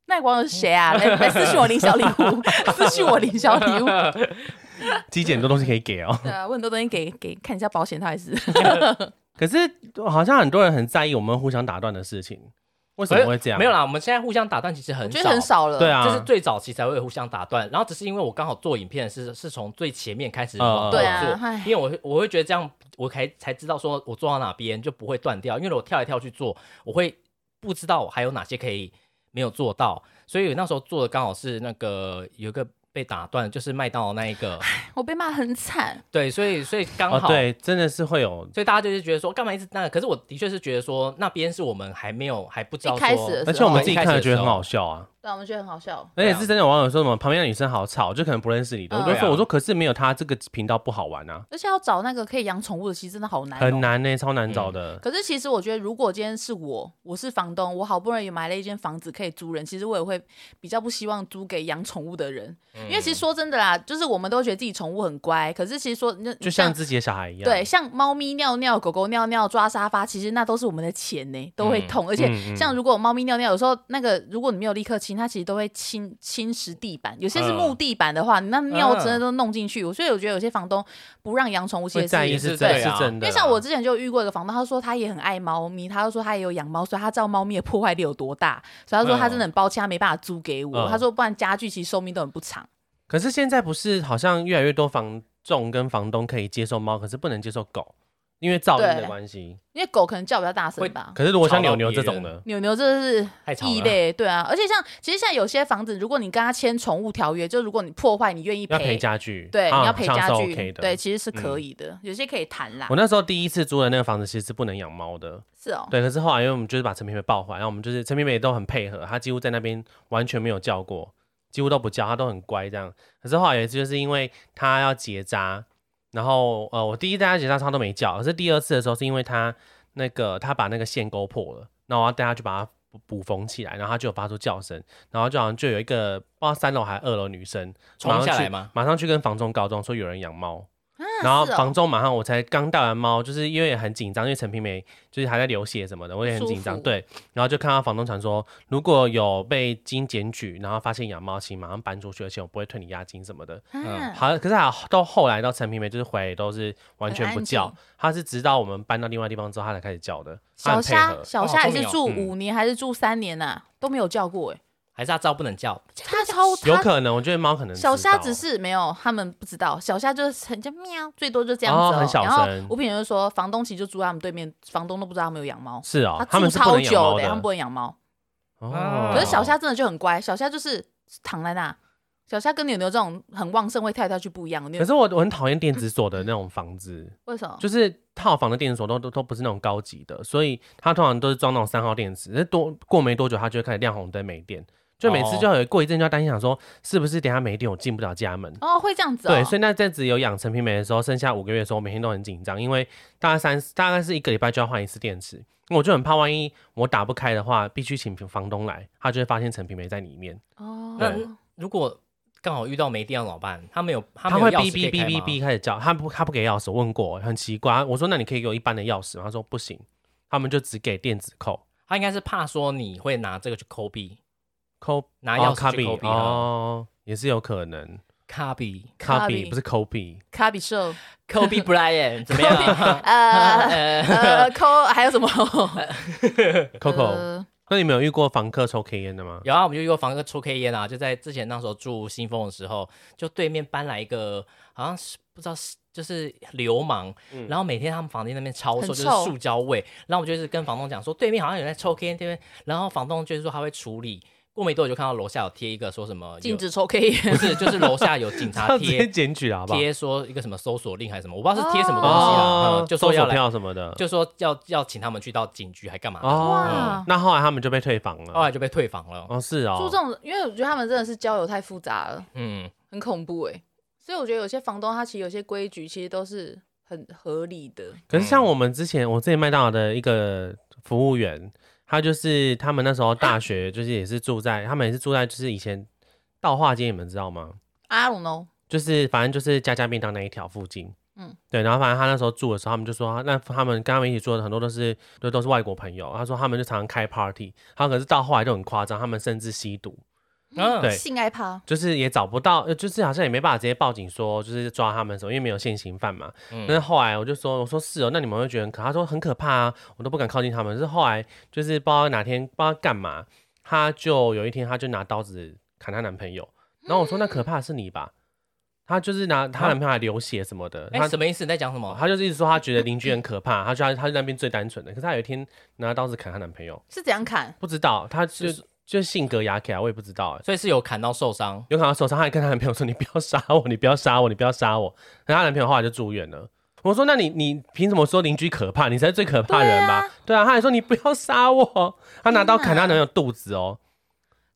Speaker 2: 那网友是谁 啊？来来私信我领小礼物，私信我领小礼物。
Speaker 1: 机姐很多东西可以给哦。
Speaker 2: 对啊，我很多东西给给看一下保险，到底是
Speaker 1: 可是好像很多人很在意我们互相打断的事情，为什么会这样？
Speaker 3: 没有啦，我们现在互相打断其实很
Speaker 2: 我觉得很
Speaker 3: 少。
Speaker 2: 少了。
Speaker 1: 对啊
Speaker 3: 就是最早期才会互相打断，然后只是因为我刚好做影片是是从最前面开始
Speaker 1: 嗯
Speaker 3: 往后
Speaker 2: 对啊
Speaker 3: 做
Speaker 2: 唉
Speaker 3: 因为我会我会觉得这样我才才知道说我做到哪边就不会断掉，因为我跳来跳去做，我会不知道我还有哪些可以没有做到，所以那时候做的刚好是那个有一个被打断，就是麦当劳那一 个，
Speaker 2: 我被骂很惨，
Speaker 3: 对，所以所以刚
Speaker 1: 哦，
Speaker 3: 好、
Speaker 1: 对，真的是会有，
Speaker 3: 所以大家就是觉得说干嘛一直那个，可是我的确是觉得说那边是我们还没有还不知道
Speaker 2: 一开
Speaker 3: 说
Speaker 2: 始的时候
Speaker 1: 而且我们自己看了觉得很
Speaker 3: 一
Speaker 1: 好笑啊。
Speaker 2: 对啊，我们觉得很好笑。
Speaker 1: 而且是真的，有网友说什么旁边的女生好吵，就可能不认识你的。我就
Speaker 3: 嗯
Speaker 1: 说，我说可是没有她这个频道不好玩啊，
Speaker 2: 而且要找那个可以养宠物的，其实真的好难、哦，
Speaker 1: 很。难呢，欸超难找
Speaker 3: 嗯
Speaker 1: 的。
Speaker 2: 可是其实我觉得，如果今天是我，我是房东，我好不容易买了一间房子可以租人，其实我也会比较不希望租给养宠物的人，因为其
Speaker 1: 嗯
Speaker 2: 实说真的啦，就是我们都觉得自己宠物很乖，可是其实说那
Speaker 1: 就像自己的小孩一样。
Speaker 2: 对，像猫咪尿尿、狗狗尿尿、抓沙发，其实那都是我们的钱呢，都
Speaker 1: 嗯
Speaker 2: 会痛。而且像如果猫咪尿尿，有时候那个如果你没有立刻清，它其实都会侵侵蚀地板，有些是
Speaker 1: 嗯
Speaker 2: 木地板的话，你那尿真的都弄进去。所以我觉得有些房东不让养宠物，其
Speaker 1: 会
Speaker 2: 实
Speaker 1: 在
Speaker 2: 是
Speaker 1: 意
Speaker 3: 也
Speaker 1: 是
Speaker 3: 是
Speaker 1: 真
Speaker 3: 对
Speaker 1: 是
Speaker 3: 啊
Speaker 1: 真
Speaker 2: 因
Speaker 1: 的啊。
Speaker 2: 为像我之前就遇过一个房东，他说他也很爱猫咪，他就说他也有养猫，所以他知道猫咪的破坏力有多大，所以他说他真的很抱歉，他没办法租给我。
Speaker 1: 嗯
Speaker 2: 他说不然家具其实寿命都很不长。
Speaker 1: 可是现在不是好像越来越多房仲跟房东可以接受猫，可是不能接受狗，因为噪音的
Speaker 2: 对
Speaker 1: 关系。
Speaker 2: 因为狗可能叫比较大声吧，
Speaker 1: 可是如果像
Speaker 3: 吵到
Speaker 1: 扭扭这
Speaker 3: 别人
Speaker 1: 种呢？
Speaker 2: 牛牛真的是
Speaker 3: 太吵了
Speaker 2: 异类，对啊，而且像其实现在有些房子，如果你跟他签宠物条约，就如果你破坏，你愿意
Speaker 1: 要赔家具，
Speaker 2: 对，
Speaker 1: 啊
Speaker 2: 你要赔
Speaker 1: 好像
Speaker 2: 家
Speaker 1: 是
Speaker 2: 具
Speaker 1: OK 的。嗯
Speaker 2: 对，，其实是可以的，有些可以谈啦
Speaker 1: 我。那时候第一次租的那个房子其实是不能养猫的，
Speaker 2: 是哦，
Speaker 1: 对。可是后来因为我们就是把陈皮梅抱回来，然后我们就是陈皮梅也都很配合，她几乎在那边完全没有叫过，几乎都不叫，她都很乖这样。可是后来有一次就是因为她要结扎，然后呃，我第一次带她结扎她都没叫，可是第二次的时候是因为她那个她把那个线勾破了，那我要带她去把它补补缝起来，然后她就有发出叫声，然后就好像就有一个不知道三楼还是二楼女生
Speaker 3: 冲
Speaker 1: 马上
Speaker 3: 下
Speaker 1: 去
Speaker 3: 来吗？
Speaker 1: 马上去跟房仲告状说有人养猫。
Speaker 2: 啊
Speaker 1: 然后
Speaker 2: 是哦
Speaker 1: 房仲马上，我才刚带完猫，就是因为也很紧张，因为陈皮梅就是还在流血什么的，我也很紧
Speaker 2: 舒
Speaker 1: 张。
Speaker 2: 服
Speaker 1: 对，然后就看到房东传说，如果有被经检举，然后发现养猫，请马上搬出去，而且我不会退你押金什么的。
Speaker 2: 啊
Speaker 1: 好，可是还好到后来到陈皮梅，就是回来也都是完全不
Speaker 2: 很
Speaker 1: 叫
Speaker 2: 安，
Speaker 1: 她是直到我们搬到另外地方之后，她才开始叫的。她
Speaker 2: 小
Speaker 1: 很配
Speaker 2: 虾
Speaker 1: 合，
Speaker 2: 小
Speaker 3: 哦
Speaker 2: 虾
Speaker 3: 好
Speaker 2: 也是
Speaker 3: 聪
Speaker 2: 住
Speaker 1: 明哦
Speaker 2: 五年还是住三年呐，都没有叫过哎，
Speaker 3: 还是他招不能叫？
Speaker 2: 他超
Speaker 1: 有
Speaker 2: 他
Speaker 1: 可能我觉得猫可能
Speaker 2: 小
Speaker 1: 知
Speaker 2: 虾
Speaker 1: 道啊
Speaker 2: 只是没有，他们不知道。小虾就是很就喵，最多就这样
Speaker 1: 哦
Speaker 2: 子、
Speaker 1: 很小
Speaker 2: 然后
Speaker 1: 声
Speaker 2: 吴品人就说，房东其实就住在他们对面，房东都不知道他们有养猫，
Speaker 1: 是哦，他
Speaker 2: 住
Speaker 1: 们是不
Speaker 2: 超
Speaker 1: 能养
Speaker 2: 久
Speaker 1: 猫
Speaker 2: 他们不能养猫。
Speaker 1: 哦，
Speaker 2: 可是小虾真的就很乖，小虾就是躺在那。小虾跟牛牛这种很旺盛会跳来跳去不一样，牛
Speaker 1: 可是我我很讨厌电子锁的那种房子。
Speaker 2: 为什么？
Speaker 1: 就是套房的电子锁都都都不是那种高级的，所以它通常都是装那种三号电池。那多过没多久，它就会开始亮红灯没电，就每次
Speaker 3: 哦
Speaker 1: 就有过一阵就要担心想说，是不是等一下没电我进不了家门。
Speaker 2: 哦，会这样子哦。
Speaker 1: 对，所以那阵子有养陈皮梅的时候，剩下五个月的时候，我每天都很紧张，因为大概三大概是一个礼拜就要换一次电池，我就很怕万一我打不开的话，必须请房东来，他就会发现陈皮梅在里面，
Speaker 3: 那
Speaker 2: 哦，
Speaker 3: 如果刚好遇到没电了怎么办？他没有，他
Speaker 1: 他
Speaker 3: 没有
Speaker 1: 会
Speaker 3: 钥
Speaker 1: 哔
Speaker 3: 匙可以
Speaker 1: 哔哔
Speaker 3: 开
Speaker 1: 哔
Speaker 3: 吗
Speaker 1: 哔开始叫，他不他不给钥匙，我问过很奇怪，我说那你可以给我一般的钥匙吗，他说不行，他们就只给电子扣。
Speaker 3: 他应该是怕说你会拿这个去抠币，
Speaker 1: 抠
Speaker 3: 拿
Speaker 1: 哦
Speaker 3: 钥匙去抠
Speaker 1: ，copy
Speaker 3: 币啊，
Speaker 1: 哦，也是有可能
Speaker 3: 卡币，
Speaker 1: ，copy
Speaker 2: Copy
Speaker 1: 不是 抠币，
Speaker 2: 卡比 兽，
Speaker 3: 抠币 Brian 怎么样啊？
Speaker 2: 呃
Speaker 3: 呃，
Speaker 2: 呃，抠还有什么
Speaker 1: Coco，
Speaker 2: 呃
Speaker 1: 那你们有遇过房客抽 K 烟 的吗？
Speaker 3: 有啊，我们就约房客抽 K 烟啊，就在之前那时候住新丰的时候，就对面搬来一个好像是不知道是就是流氓，
Speaker 1: 嗯
Speaker 3: 然后每天他们房间那边超
Speaker 2: 很
Speaker 3: 臭，就是
Speaker 2: 臭
Speaker 3: 塑胶味，然后我们就是跟房东讲说对面好像有人在抽 K 烟，对面，然后房东就是说他会处理。过没多久就看到楼下有贴一个说什么有
Speaker 2: 禁止抽 K 烟
Speaker 3: 不是，就是楼下有警 察
Speaker 1: 他直接
Speaker 3: 贴
Speaker 1: 检举了好不好？
Speaker 3: 贴说一个什么搜索令还是什么，我不知道是贴什么东西啦，嗯就
Speaker 1: 收
Speaker 3: 说
Speaker 1: 手
Speaker 3: 要来，
Speaker 1: 哦票什么的，
Speaker 3: 就说要要请他们去到警局还干嘛的，
Speaker 1: 哦
Speaker 2: 哇。
Speaker 1: 那后来他们就被退房
Speaker 3: 后
Speaker 1: 了，
Speaker 3: 来就被退房了。
Speaker 1: 哦，是
Speaker 2: 住这
Speaker 1: 哦，
Speaker 2: 种，因为我觉得他们真的是交友太复杂了，
Speaker 3: 嗯，
Speaker 2: 很恐怖哎。所以我觉得有些房东他其实有些规矩其实都是很合理的。
Speaker 1: 可是像我们之前，我之前麦当劳的一个服务员，他就是他们那时候大学就是也是住在，他们也是住在就是以前道化街，你们知道吗？
Speaker 2: I don't know，
Speaker 1: 就是反正就是家家便当那一条附近。嗯
Speaker 2: 嗯，
Speaker 1: 对，然后反正他那时候住的时候，他们就说，那他们跟他们一起住的很多都是都都是外国朋友。他说他们就常常开 party，他可是到后来就很夸张，他们甚至吸毒，
Speaker 3: 嗯，
Speaker 1: 对
Speaker 2: 性爱趴，
Speaker 1: 就是也找不到，呃就是好像也没办法直接报警说就是抓他们什么，因为没有现行犯嘛。但是后来我就说，我说是哦，那你们会觉得很可怕？他说很可怕啊，我都不敢靠近他们。是后来就是不知道哪天不知道干嘛，他就有一天他就拿刀子砍她男朋友，然后我说那可怕的是你吧。她就是拿她男朋友还流血什么的，
Speaker 3: 哎、
Speaker 1: 她
Speaker 3: 什么意思？你在讲什么？
Speaker 1: 她就是一直说她觉得邻居很可怕，她觉得她她是那边最单纯的。可是她有一天拿刀子砍她男朋友，
Speaker 2: 是怎样砍？
Speaker 1: 不知道她就是就性格牙起来，我也不知道哎。
Speaker 3: 所以是有砍到受伤，
Speaker 1: 有可能她手上她还跟她男朋友说：“你不要杀我，你不要杀我，你不要杀我。” 然后她男朋友后来就住院了。我说：“那你你凭什么说邻居可怕？你才是最可怕的人吧？”对啊，她还说：“你不要杀我。”她拿刀砍她男朋友肚子哦，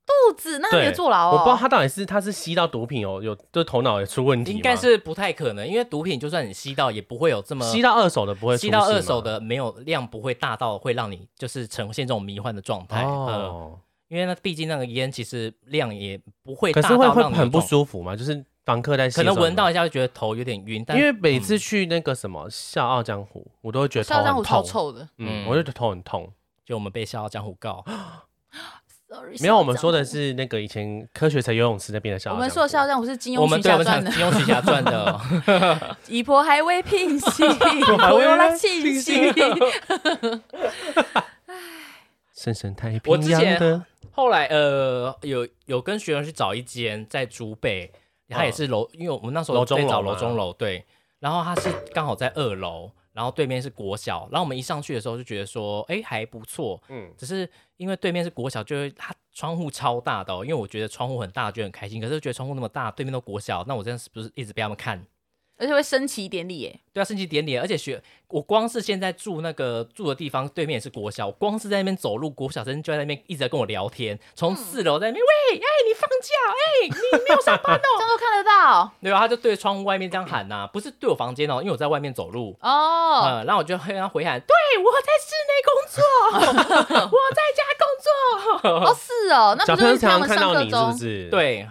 Speaker 2: 肚子？那
Speaker 1: 对
Speaker 2: 你有坐牢哦？
Speaker 1: 我不知道她到底是她是吸到毒品哦，有就头脑也出问题吗，
Speaker 3: 应该是不太可能，因为毒品就算你吸到，也不会有这么
Speaker 1: 吸到二手的不会出
Speaker 3: 吸到
Speaker 1: 事
Speaker 3: 二
Speaker 1: 吗
Speaker 3: 手的没有量不会大到会让你就是呈现这种迷幻的状态。呃，
Speaker 1: 哦。
Speaker 3: 因为那毕竟那个烟其实量也不会
Speaker 1: 可
Speaker 3: 呃大
Speaker 1: 是
Speaker 3: 到
Speaker 1: 会
Speaker 3: 让你有
Speaker 1: 会很不
Speaker 3: 这种，
Speaker 1: 舒服嘛，就是房客在吸
Speaker 3: 可
Speaker 1: 的时
Speaker 3: 能
Speaker 1: 候
Speaker 3: 闻到，一下就觉得头有点晕，但
Speaker 1: 因为每次去那个什么笑傲江湖，我都会觉得头
Speaker 2: 校长虎
Speaker 1: 很
Speaker 2: 超
Speaker 1: 痛，
Speaker 2: 臭的。
Speaker 3: 嗯
Speaker 1: 嗯，我就觉得头很痛。
Speaker 3: 就我们被《笑傲江湖》 告，
Speaker 2: Sorry，
Speaker 1: 没有，我们
Speaker 2: 校长
Speaker 1: 说的
Speaker 2: 虎，
Speaker 1: 是那个以前科学城游泳池那边的笑傲
Speaker 2: 我
Speaker 1: 江湖，
Speaker 2: 们说的校长虎是金
Speaker 3: 我
Speaker 2: 庸
Speaker 3: 们
Speaker 2: 旗
Speaker 3: 对我
Speaker 2: 下传
Speaker 3: 们想
Speaker 2: 的
Speaker 3: 金，庸旗下传的， 哦
Speaker 2: 以婆还未聘妻，
Speaker 1: 还
Speaker 2: 婆
Speaker 1: 未
Speaker 2: 又来庆
Speaker 1: 聘妻
Speaker 2: 幸。
Speaker 1: 深深太
Speaker 3: 我
Speaker 1: 平
Speaker 3: 之
Speaker 1: 洋
Speaker 3: 前
Speaker 1: 的，
Speaker 3: 后来呃，有有跟学生去找一间在竹北，它也是楼，因为我们那时候
Speaker 1: 哦楼中
Speaker 3: 在找
Speaker 1: 楼
Speaker 3: 楼
Speaker 1: 嘛
Speaker 3: 中楼，对，然后它是刚好在二楼，然后对面是国小，然后我们一上去的时候就觉得说，哎，还不错，
Speaker 1: 嗯，
Speaker 3: 只是因为对面是国小，就是它窗户超大的、哦，因为我觉得窗户很大，觉得很开心，可是觉得窗户那么大，对面都国小，那我这样是不是一直被他们看？
Speaker 2: 而且会升旗典礼耶，
Speaker 3: 对啊，升旗典礼，而且学我光是现在住那个住的地方对面也是国小，我光是在那边走路，国小生就在那边一直在跟我聊天，从四楼在那边、喂，哎、你放假，哎、你没有 上班哦，
Speaker 2: 这样都看得到
Speaker 3: 对啊，他就对窗户外面这样喊呐、不是对我房间哦，因为我在外面走路。
Speaker 2: 哦。
Speaker 3: 呃，然后我就跟他回喊，对我在室内工作，我在家工作。
Speaker 2: 哦，是哦，那
Speaker 1: 嗯小
Speaker 2: 不
Speaker 1: 朋友
Speaker 2: 就是听
Speaker 1: 常
Speaker 2: 他们
Speaker 1: 常看
Speaker 2: 上
Speaker 1: 到
Speaker 2: 课
Speaker 1: 你是不
Speaker 2: 钟？
Speaker 1: 是？，
Speaker 3: 对，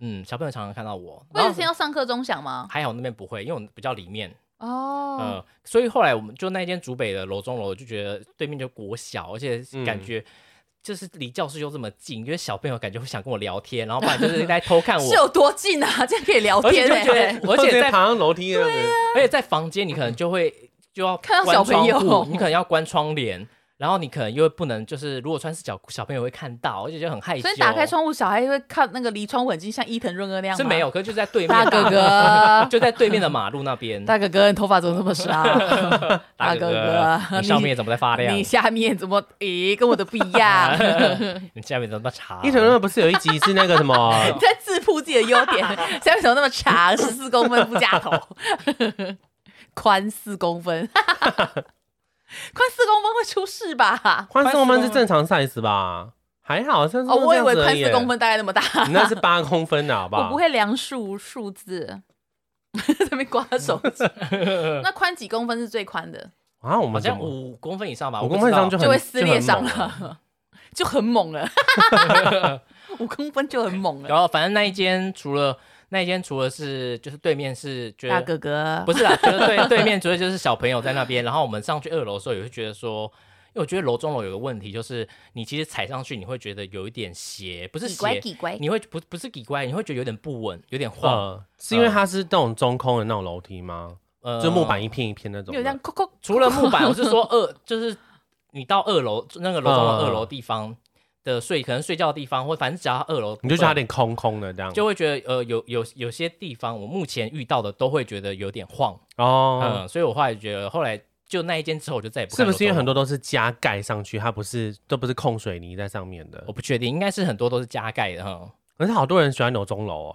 Speaker 3: 嗯，小朋友常常看到我，
Speaker 2: 为
Speaker 3: 然
Speaker 2: 了
Speaker 3: 后
Speaker 2: 听到上课钟响吗？
Speaker 3: 还好那边不会，因为我比较里面，
Speaker 1: 嗯
Speaker 2: 哦，
Speaker 3: 呃，所以后来我们就那间竹北的楼中楼，就觉得对面就国小，而且
Speaker 2: 嗯
Speaker 3: 感觉就是离教室又这么近，觉得小朋友感觉会想跟我聊天，然后不然就是来偷看
Speaker 2: 是
Speaker 3: 我，
Speaker 2: 有多近啊？ 这样可以聊
Speaker 3: 而且
Speaker 2: 天
Speaker 3: 就觉
Speaker 2: 哎。
Speaker 3: 得，而且在
Speaker 1: 爬上楼梯那样子，
Speaker 3: 而且在房间你可能就会就要
Speaker 2: 看到
Speaker 3: 关
Speaker 2: 小朋友
Speaker 3: 窗户你可能要关窗帘。然后你可能又不能，就是如果穿四角裤，小朋友会看到，而且就很害羞。
Speaker 2: 所以打开窗户，小孩会看那个离窗户很近，像伊藤润二那样吗
Speaker 3: 是没有，。可是就在 对面，
Speaker 2: 大哥 哥，
Speaker 3: 就在对面的马路那边。
Speaker 2: 大哥哥，你头发怎么那么 少？
Speaker 3: 大
Speaker 2: 大哥
Speaker 3: 哥哥，
Speaker 2: 哥
Speaker 3: 你上面怎么在发 亮？
Speaker 2: 你
Speaker 3: 你
Speaker 2: 下面怎么？诶，跟我的不一 样。
Speaker 3: 下面怎么 查？
Speaker 1: 伊藤润二不是啊有一集是那个什么？
Speaker 2: 你在自曝自己的优点，下面怎么那么长？十四公分不加头，宽四公分， 宽四公分会出事 吧？
Speaker 1: 宽四公分是正常 size 吧？还好，像是
Speaker 2: 哦，我以为
Speaker 1: 这样子而
Speaker 2: 宽
Speaker 1: 已
Speaker 2: 四公，分大概那么大，
Speaker 1: 你那是八公分的好 不
Speaker 2: 我
Speaker 1: 好？
Speaker 2: 不会量数数字， 在那边刮手 机。那宽几公分是最宽的，
Speaker 1: 啊，
Speaker 3: 好
Speaker 1: 我们怎
Speaker 3: 像
Speaker 1: 么
Speaker 3: 五公分以上吧，
Speaker 1: 五
Speaker 3: 我不
Speaker 1: 公
Speaker 3: 知
Speaker 1: 分以
Speaker 3: 道
Speaker 1: 上就很
Speaker 2: 就会撕裂伤，
Speaker 1: 就很啊猛
Speaker 2: 了， 就很猛了， 五公分就很猛了。
Speaker 3: 然后反正那一间除了那一间除了是就是对面是觉
Speaker 2: 大
Speaker 3: 得
Speaker 2: 哥哥
Speaker 3: 不，是啦，就是对 对面主要就是小朋友在那边，然后我们上去二楼的时候也会觉得说。因为我觉得楼中楼有个问题，就是你其实踩上去，你会觉得有一点斜，不是
Speaker 2: 几乖
Speaker 3: 斜，
Speaker 2: 几乖，
Speaker 3: 你会不不是底乖，你会觉得有点不稳，有点晃，
Speaker 1: 呃，是因为它是那种中空的那种楼梯吗？
Speaker 3: 呃
Speaker 1: 就木板一片一片那种
Speaker 2: 你呃
Speaker 1: 的。
Speaker 2: 有这样扣扣
Speaker 3: 除了木板，我 是说二，就是你到二楼那个楼中
Speaker 1: 嗯
Speaker 3: 的二楼地方的睡，可能睡觉的地方，或反正只要二楼，
Speaker 1: 你就觉得它有点空空的这样。
Speaker 3: 就会觉得呃有有有些地方我目前遇到的都会觉得有点晃，
Speaker 1: 哦，
Speaker 3: 嗯，所以我后来觉得后来就那一间之后我就再也不
Speaker 1: 是
Speaker 3: 看
Speaker 1: 不
Speaker 3: 楼
Speaker 1: 是因为
Speaker 3: 中
Speaker 1: 很
Speaker 3: 楼
Speaker 1: 多都是加盖上去，它不是都不是控水泥在上面的
Speaker 3: 我？不确定，应该是很多都是加盖的哈。
Speaker 1: 可是好多人喜欢楼中楼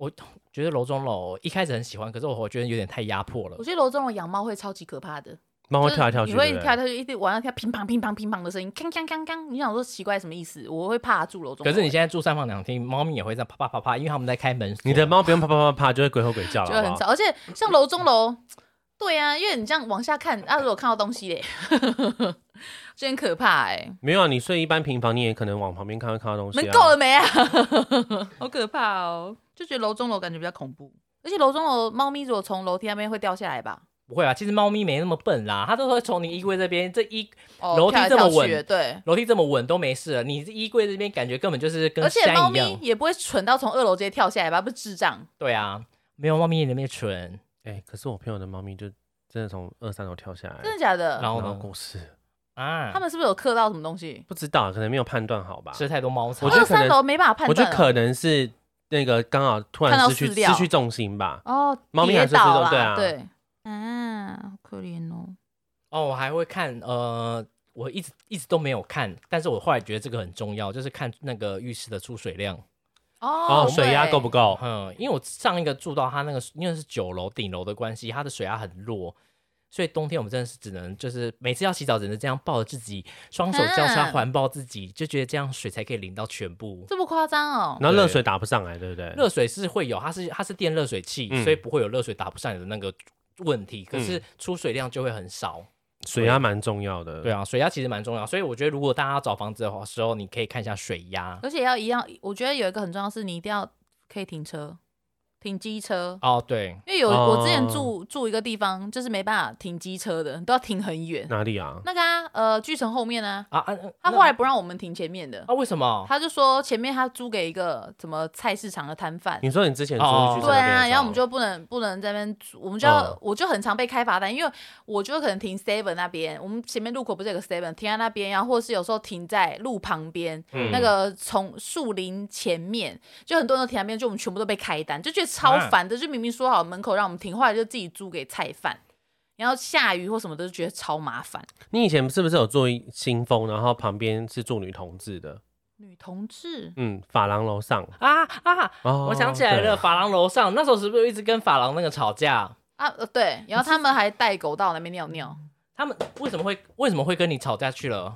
Speaker 1: 哦。
Speaker 3: 觉得楼中楼一开始很喜欢，可是我我觉得有点太压迫了
Speaker 2: 我。觉得楼中的养猫会超级可怕的，
Speaker 1: 猫
Speaker 2: 就
Speaker 1: 会
Speaker 2: 是
Speaker 1: 跳来跳去，
Speaker 2: 你会
Speaker 1: 对不对
Speaker 2: 跳来跳去，一直晚上跳乒乓乒乓乒乓的声音，锵锵锵锵。你想说奇怪什么意思？我会怕住楼中楼。哎
Speaker 3: 可是你现在住三房两厅，猫咪也会在啪啪啪啪，因为他们在开门锁。
Speaker 1: 你的猫不用啪啪啪啪就会鬼吼鬼叫
Speaker 2: 就会
Speaker 1: 了，好啊
Speaker 2: 很
Speaker 1: 不
Speaker 2: 吵，
Speaker 1: 好？
Speaker 2: 而且像楼中楼，对啊，因为你这样往下看，啊，如果看到东西嘞，就很可怕哎、
Speaker 1: 没有啊，你睡一般平房，你也可能往旁边看会看到东西
Speaker 2: 门
Speaker 1: 啊。
Speaker 2: 够了没啊？ 好可怕哦，就觉得楼中楼感觉比较恐怖，而且楼中楼猫咪如果从楼梯那边会掉下来吧？
Speaker 3: 不会啊，其实猫咪没那么笨啦，它都会从你衣柜这边这一
Speaker 2: 哦，
Speaker 3: 楼梯
Speaker 2: 跳来
Speaker 3: 这么
Speaker 2: 跳去
Speaker 3: 稳
Speaker 2: 的对。
Speaker 3: 楼梯这么稳都没事了，你衣柜这边感觉根本就是跟
Speaker 2: 而且猫
Speaker 3: 山一
Speaker 2: 咪
Speaker 3: 样。
Speaker 2: 也不会蠢到从二楼直接跳下来吧？不是智障，
Speaker 3: 对啊，没有猫咪也那么蠢。
Speaker 1: 哎、可是我朋友的猫咪就真的从二三楼跳下来，
Speaker 2: 真的假的？
Speaker 3: 然
Speaker 1: 然
Speaker 3: 后
Speaker 1: 后
Speaker 3: 呢？
Speaker 1: 过世，
Speaker 3: 啊，
Speaker 2: 他们是不是有刻到什么东西？
Speaker 1: 不知道啊可能没有判断好吧？
Speaker 3: 吃太多猫草。
Speaker 1: 我觉
Speaker 2: 二
Speaker 1: 得可能
Speaker 2: 三楼没办法判
Speaker 1: 我觉
Speaker 2: 断
Speaker 1: 得
Speaker 2: 哦。
Speaker 1: 可能是那个刚好突
Speaker 2: 看
Speaker 1: 然
Speaker 2: 到
Speaker 1: 失去
Speaker 2: 饲料
Speaker 1: 失去重心吧。
Speaker 2: 哦，
Speaker 1: 猫咪
Speaker 2: 跌
Speaker 1: 还是知道
Speaker 2: 倒啦，
Speaker 1: 对啊
Speaker 2: 对，啊，好可怜哦。
Speaker 3: 哦，我还会看呃。我一直一直都没有看，但是我后来觉得这个很重要，就是看那个浴室的出水量。
Speaker 2: 哦
Speaker 1: 哦，水压够不
Speaker 2: 够？
Speaker 1: 够？
Speaker 3: 嗯，因为我上一个住到它那个，因为是九楼顶楼的关系，它的水压很弱，所以冬天我们真的是只能就是每次要洗澡，只能这样抱着自己，双手交叉
Speaker 2: 啊
Speaker 3: 环抱自己，就觉得这样水才可以淋到全部。
Speaker 2: 这么夸张哦？
Speaker 1: 然后热水打不上来，对不对？
Speaker 3: 热水是会有，它是它是电热水器，
Speaker 1: 嗯
Speaker 3: 所以不会有热水打不上来的那个问题，可是
Speaker 1: 嗯
Speaker 3: 出水量就会很少。
Speaker 1: 水压蛮重要的。
Speaker 3: 对啊，水压其实蛮重要，所以我觉得如果大家要找房子的时候，你可以看一下水压。
Speaker 2: 而且要一样，我觉得有一个很重要的是，你一定要可以停车，停机车。
Speaker 3: 哦，对，
Speaker 2: 因为有、
Speaker 1: 哦
Speaker 2: 我之前住住一个地方，就是没办法停机车的，都要停很远。
Speaker 1: 哪里啊？
Speaker 2: 那个啊，呃，巨城后面呢、
Speaker 3: 啊啊，嗯
Speaker 2: 他后
Speaker 3: 那
Speaker 2: 来不让我们停前面
Speaker 1: 哦
Speaker 2: 的，
Speaker 3: 啊为什么？
Speaker 2: 他就说前面他租给一个什么菜市场的摊贩。
Speaker 1: 你说你之前出
Speaker 3: 哦
Speaker 1: 去
Speaker 2: 对啊，然后我们
Speaker 1: 就
Speaker 2: 就不能不能在那边租，我们就要、
Speaker 1: 哦
Speaker 2: 我就很常被开罚单，因为我就可能停 seven 那边，我们前面路口不是有个 seven 停在那边，然后或是有时候停在路旁边，
Speaker 1: 嗯
Speaker 2: 那个从树林前面，就很多人都停那边，就我们全部都被开单，就觉得超烦的，就明明说好门口让我们停，后来就自己租给菜贩。然后下雨或什么的，就觉得超麻烦。
Speaker 1: 你以前是不是有做一新风，然后旁边是住女同志的？
Speaker 2: 女同志，
Speaker 1: 嗯，发廊楼上。
Speaker 3: 啊啊！
Speaker 1: 哦，
Speaker 3: 我想起来了，
Speaker 1: 对，
Speaker 3: 法郎楼上那时候是不是一直跟法郎那个吵架？
Speaker 2: 啊，呃，对，然后他们还带狗到那边尿尿。
Speaker 3: 他们为什么会为什么会跟你吵架去了？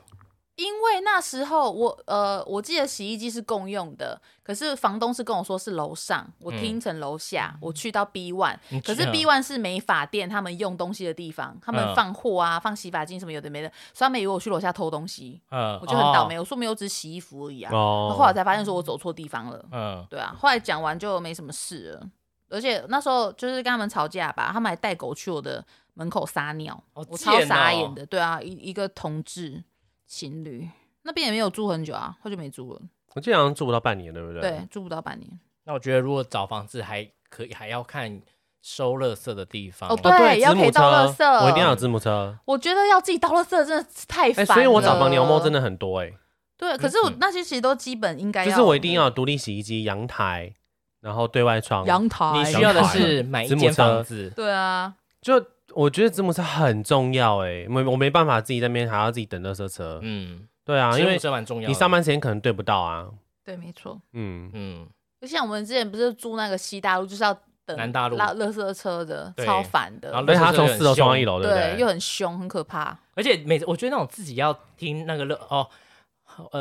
Speaker 2: 因为那时候我呃，我记得洗衣机是共用的，可是房东是跟我说是楼上，我听成楼下，我去到 B one，
Speaker 3: 你嗯
Speaker 2: 可是
Speaker 3: 去
Speaker 2: B one 是美发店他们用东西的地方，他们
Speaker 3: 啊嗯
Speaker 2: 放货啊、放洗发精什么有的没的，所以他们以为我去楼下偷东西，
Speaker 3: 嗯
Speaker 2: 我就很倒霉，。我说没有，只是洗衣服而已啊。
Speaker 1: 哦，
Speaker 2: 后来我才发现说我走错地方了，
Speaker 3: 哦
Speaker 2: 对啊，后来讲完就没什么事了，而且那时候就是跟他们吵架吧，他们还带狗去我的门口撒尿。
Speaker 3: 嗯，
Speaker 2: 我超傻
Speaker 1: 哦
Speaker 2: 眼
Speaker 3: 的。
Speaker 2: 的，对啊，一一个同志情侣那边也没有住很久啊，好久没住了，
Speaker 1: 我记得好像住不到半年，对不对？
Speaker 2: 对，，住不到半年。
Speaker 3: 那我觉得如果找房子还可以，还要看收垃圾的地方。
Speaker 2: 哦
Speaker 1: 哦对，
Speaker 2: 要
Speaker 1: 子
Speaker 2: 可以
Speaker 1: 母车
Speaker 2: 倒垃圾，
Speaker 1: 我一定要有子母车。
Speaker 2: 我觉得要自己倒垃圾真的是太
Speaker 1: 哎，
Speaker 2: 烦了。
Speaker 1: 所以我找房牛猫真
Speaker 2: 的
Speaker 1: 的很多哎，
Speaker 2: 对，可是我那些其实都基本应该要，
Speaker 1: 就是我一定要有独立洗衣机、阳台，然后对外窗。
Speaker 2: 阳台，
Speaker 3: 你需要的是买一间房子，
Speaker 2: 对啊，
Speaker 1: 就我觉得子母车很重要哎，没我没办法自己在那边还要自己等垃圾车。
Speaker 3: 嗯，
Speaker 1: 对啊，
Speaker 3: 其实
Speaker 1: 因
Speaker 3: 我
Speaker 1: 为
Speaker 3: 觉得蛮重要。
Speaker 1: 你上，班时间可能对不到啊。
Speaker 2: 对，没错。
Speaker 1: 嗯，
Speaker 3: 嗯，
Speaker 2: 就像我们之前不是住那个西大路，就是要等
Speaker 3: 南大路
Speaker 2: 拉垃圾车的，
Speaker 3: 对
Speaker 2: 超烦
Speaker 3: 然后
Speaker 2: 的，
Speaker 1: 而且他从四楼冲到一楼，对不
Speaker 2: 对，又
Speaker 1: 对？
Speaker 2: 很凶，很可怕。
Speaker 3: 而且每次我觉得那种自己要听那个乐哦，因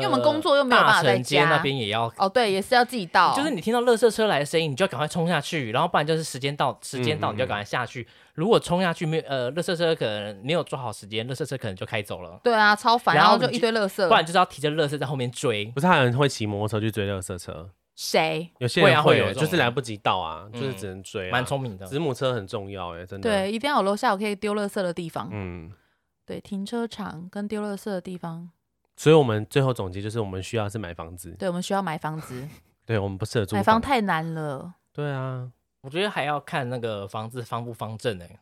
Speaker 2: 因为我们工作又没有办法在家
Speaker 3: 大城街那边也要
Speaker 2: 哦，对，也是要自己倒，
Speaker 3: 就是你听到垃圾车来的声音，你就要赶快冲下去，然后不然就是时间到，时间到
Speaker 1: 嗯嗯
Speaker 3: 你就赶快下去。如果冲下去没有呃，垃圾车可能没有抓好时间，垃圾车可能就开走了，
Speaker 2: 对啊，超烦，
Speaker 3: 然
Speaker 2: 然
Speaker 3: 后
Speaker 2: 后就
Speaker 3: 你
Speaker 2: 一
Speaker 3: 就
Speaker 2: 堆垃圾
Speaker 3: 不。然就是要提着垃圾在后面追。
Speaker 1: 不是还有人会骑摩托车去追垃圾车，
Speaker 2: 谁？
Speaker 1: 有些人
Speaker 3: 会啊会
Speaker 1: 有，
Speaker 3: 有这种
Speaker 1: 就是来不及到啊，
Speaker 3: 嗯
Speaker 1: 就是只能追啊。
Speaker 3: 蛮聪明的，
Speaker 1: 子母车很重要哎，真的。，
Speaker 2: 对，一定要有楼下我可以丢垃圾的地方。
Speaker 1: 嗯，
Speaker 2: 对，停车场跟丢垃圾的地方。
Speaker 1: 所以我们最后总结就是，我们需要是买房子，
Speaker 2: 对，我们需要买房子，
Speaker 1: 对我们不适合租
Speaker 2: 买房太难了，
Speaker 1: 对啊，
Speaker 3: 我觉得还要看那个房子方不方正哎、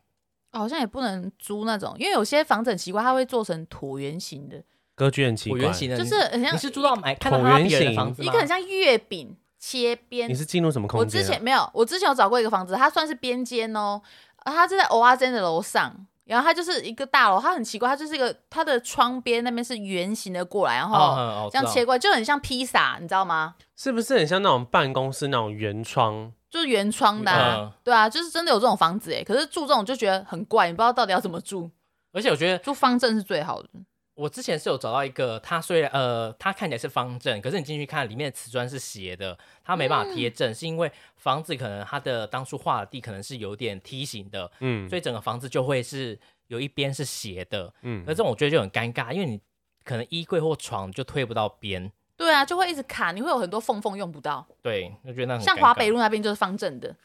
Speaker 2: 哦好像也不能租那种，因为有些房子很奇怪，它会做成椭圆形的，
Speaker 1: 格局很奇
Speaker 3: 椭
Speaker 1: 怪。
Speaker 3: 圆形的，
Speaker 2: 就是很
Speaker 3: 啊你
Speaker 2: 像
Speaker 3: 你是住到买看到
Speaker 1: 椭
Speaker 3: 他
Speaker 1: 圆
Speaker 3: 别人的
Speaker 1: 形
Speaker 3: 房子
Speaker 2: 一
Speaker 3: 吗
Speaker 2: 个？很像月饼切边
Speaker 1: 你。是进入什么空
Speaker 2: 我
Speaker 1: 间啊？
Speaker 2: 之前没有，我之前有找过一个房子，它算是边间哦，啊它是在欧阿珍的楼上。然后它就是一个大楼，它很奇怪，它就是一个它的窗边那边是圆形的过来，然后
Speaker 3: 哦，
Speaker 2: 这样切
Speaker 3: 过，
Speaker 2: 过来，就很像披萨，你知道吗？
Speaker 1: 是不是很像那种办公室那种圆窗？
Speaker 2: 就是原窗的、啊，
Speaker 3: 嗯
Speaker 2: 欸对啊，就是真的有这种房子哎。可是住这种就觉得很怪，你不知道到底要怎么住。
Speaker 3: 而且我觉得
Speaker 2: 住方正是最好的。
Speaker 3: 我之前是有找到一个，它虽然呃，它看起来是方正，可是你进去看里面的瓷砖是斜的，它没办法
Speaker 2: 嗯
Speaker 3: 贴正，是因为房子可能它的当初画的地可能是有点梯形的，
Speaker 1: 嗯
Speaker 3: 所以整个房子就会是有一边是斜的。
Speaker 1: 嗯
Speaker 3: 那这种我觉得就很尴尬，因为你可能衣柜或床就推不到边，
Speaker 2: 对啊，就会一直卡，你会有很多缝缝用不到。
Speaker 3: 对，就觉得那很
Speaker 2: 像
Speaker 3: 尴
Speaker 2: 华
Speaker 3: 尬
Speaker 2: 北，路那边就是方正的，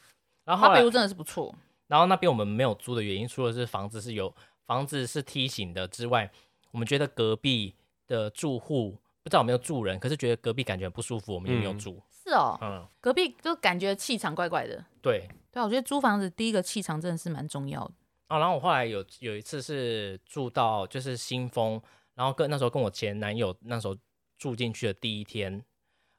Speaker 3: 然后
Speaker 2: 华
Speaker 3: 后
Speaker 2: 北
Speaker 3: 来
Speaker 2: 路真的是不错。
Speaker 3: 然后那边我们没有租的原因，除了是房子是有房子是梯形的之外，我们觉得隔壁的住户不知道有没有住人，可是觉得隔壁感觉很不舒服，我们也没有
Speaker 1: 嗯
Speaker 3: 住。
Speaker 2: 是哦，
Speaker 3: 嗯，
Speaker 2: 隔壁就感觉气场怪怪的。
Speaker 3: 对。
Speaker 2: 对啊，我觉得租房子第一个气场真的是蛮重要的。
Speaker 3: 啊，然后我后来有有一次是住到就是新丰，然后跟那时候跟我前男友那时候住进去的第一天，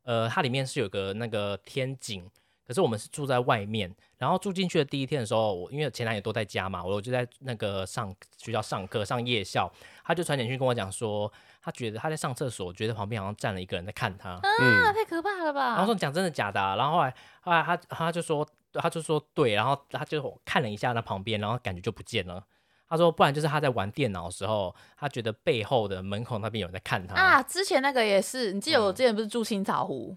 Speaker 3: 呃，它里面是有个那个天井，可是我们是住在外面。然后住进去的第一天的时候，我因为前男友都在家嘛，我就在那个上学校上课上夜校，他就传简讯跟我讲说，他觉得他在上厕所，觉得旁边好像站了一个人在看他。
Speaker 2: 啊，
Speaker 1: 嗯，
Speaker 2: 太可怕了吧！
Speaker 3: 然后说讲真的假的、啊，然后后来后来他他就说他就说对，然后他就看了一下那旁边，然后感觉就不见了。他说不然就是他在玩电脑的时候，他觉得背后的门口那边有人在看他
Speaker 2: 啊，之前那个也是，你记得我之前不是住青草湖，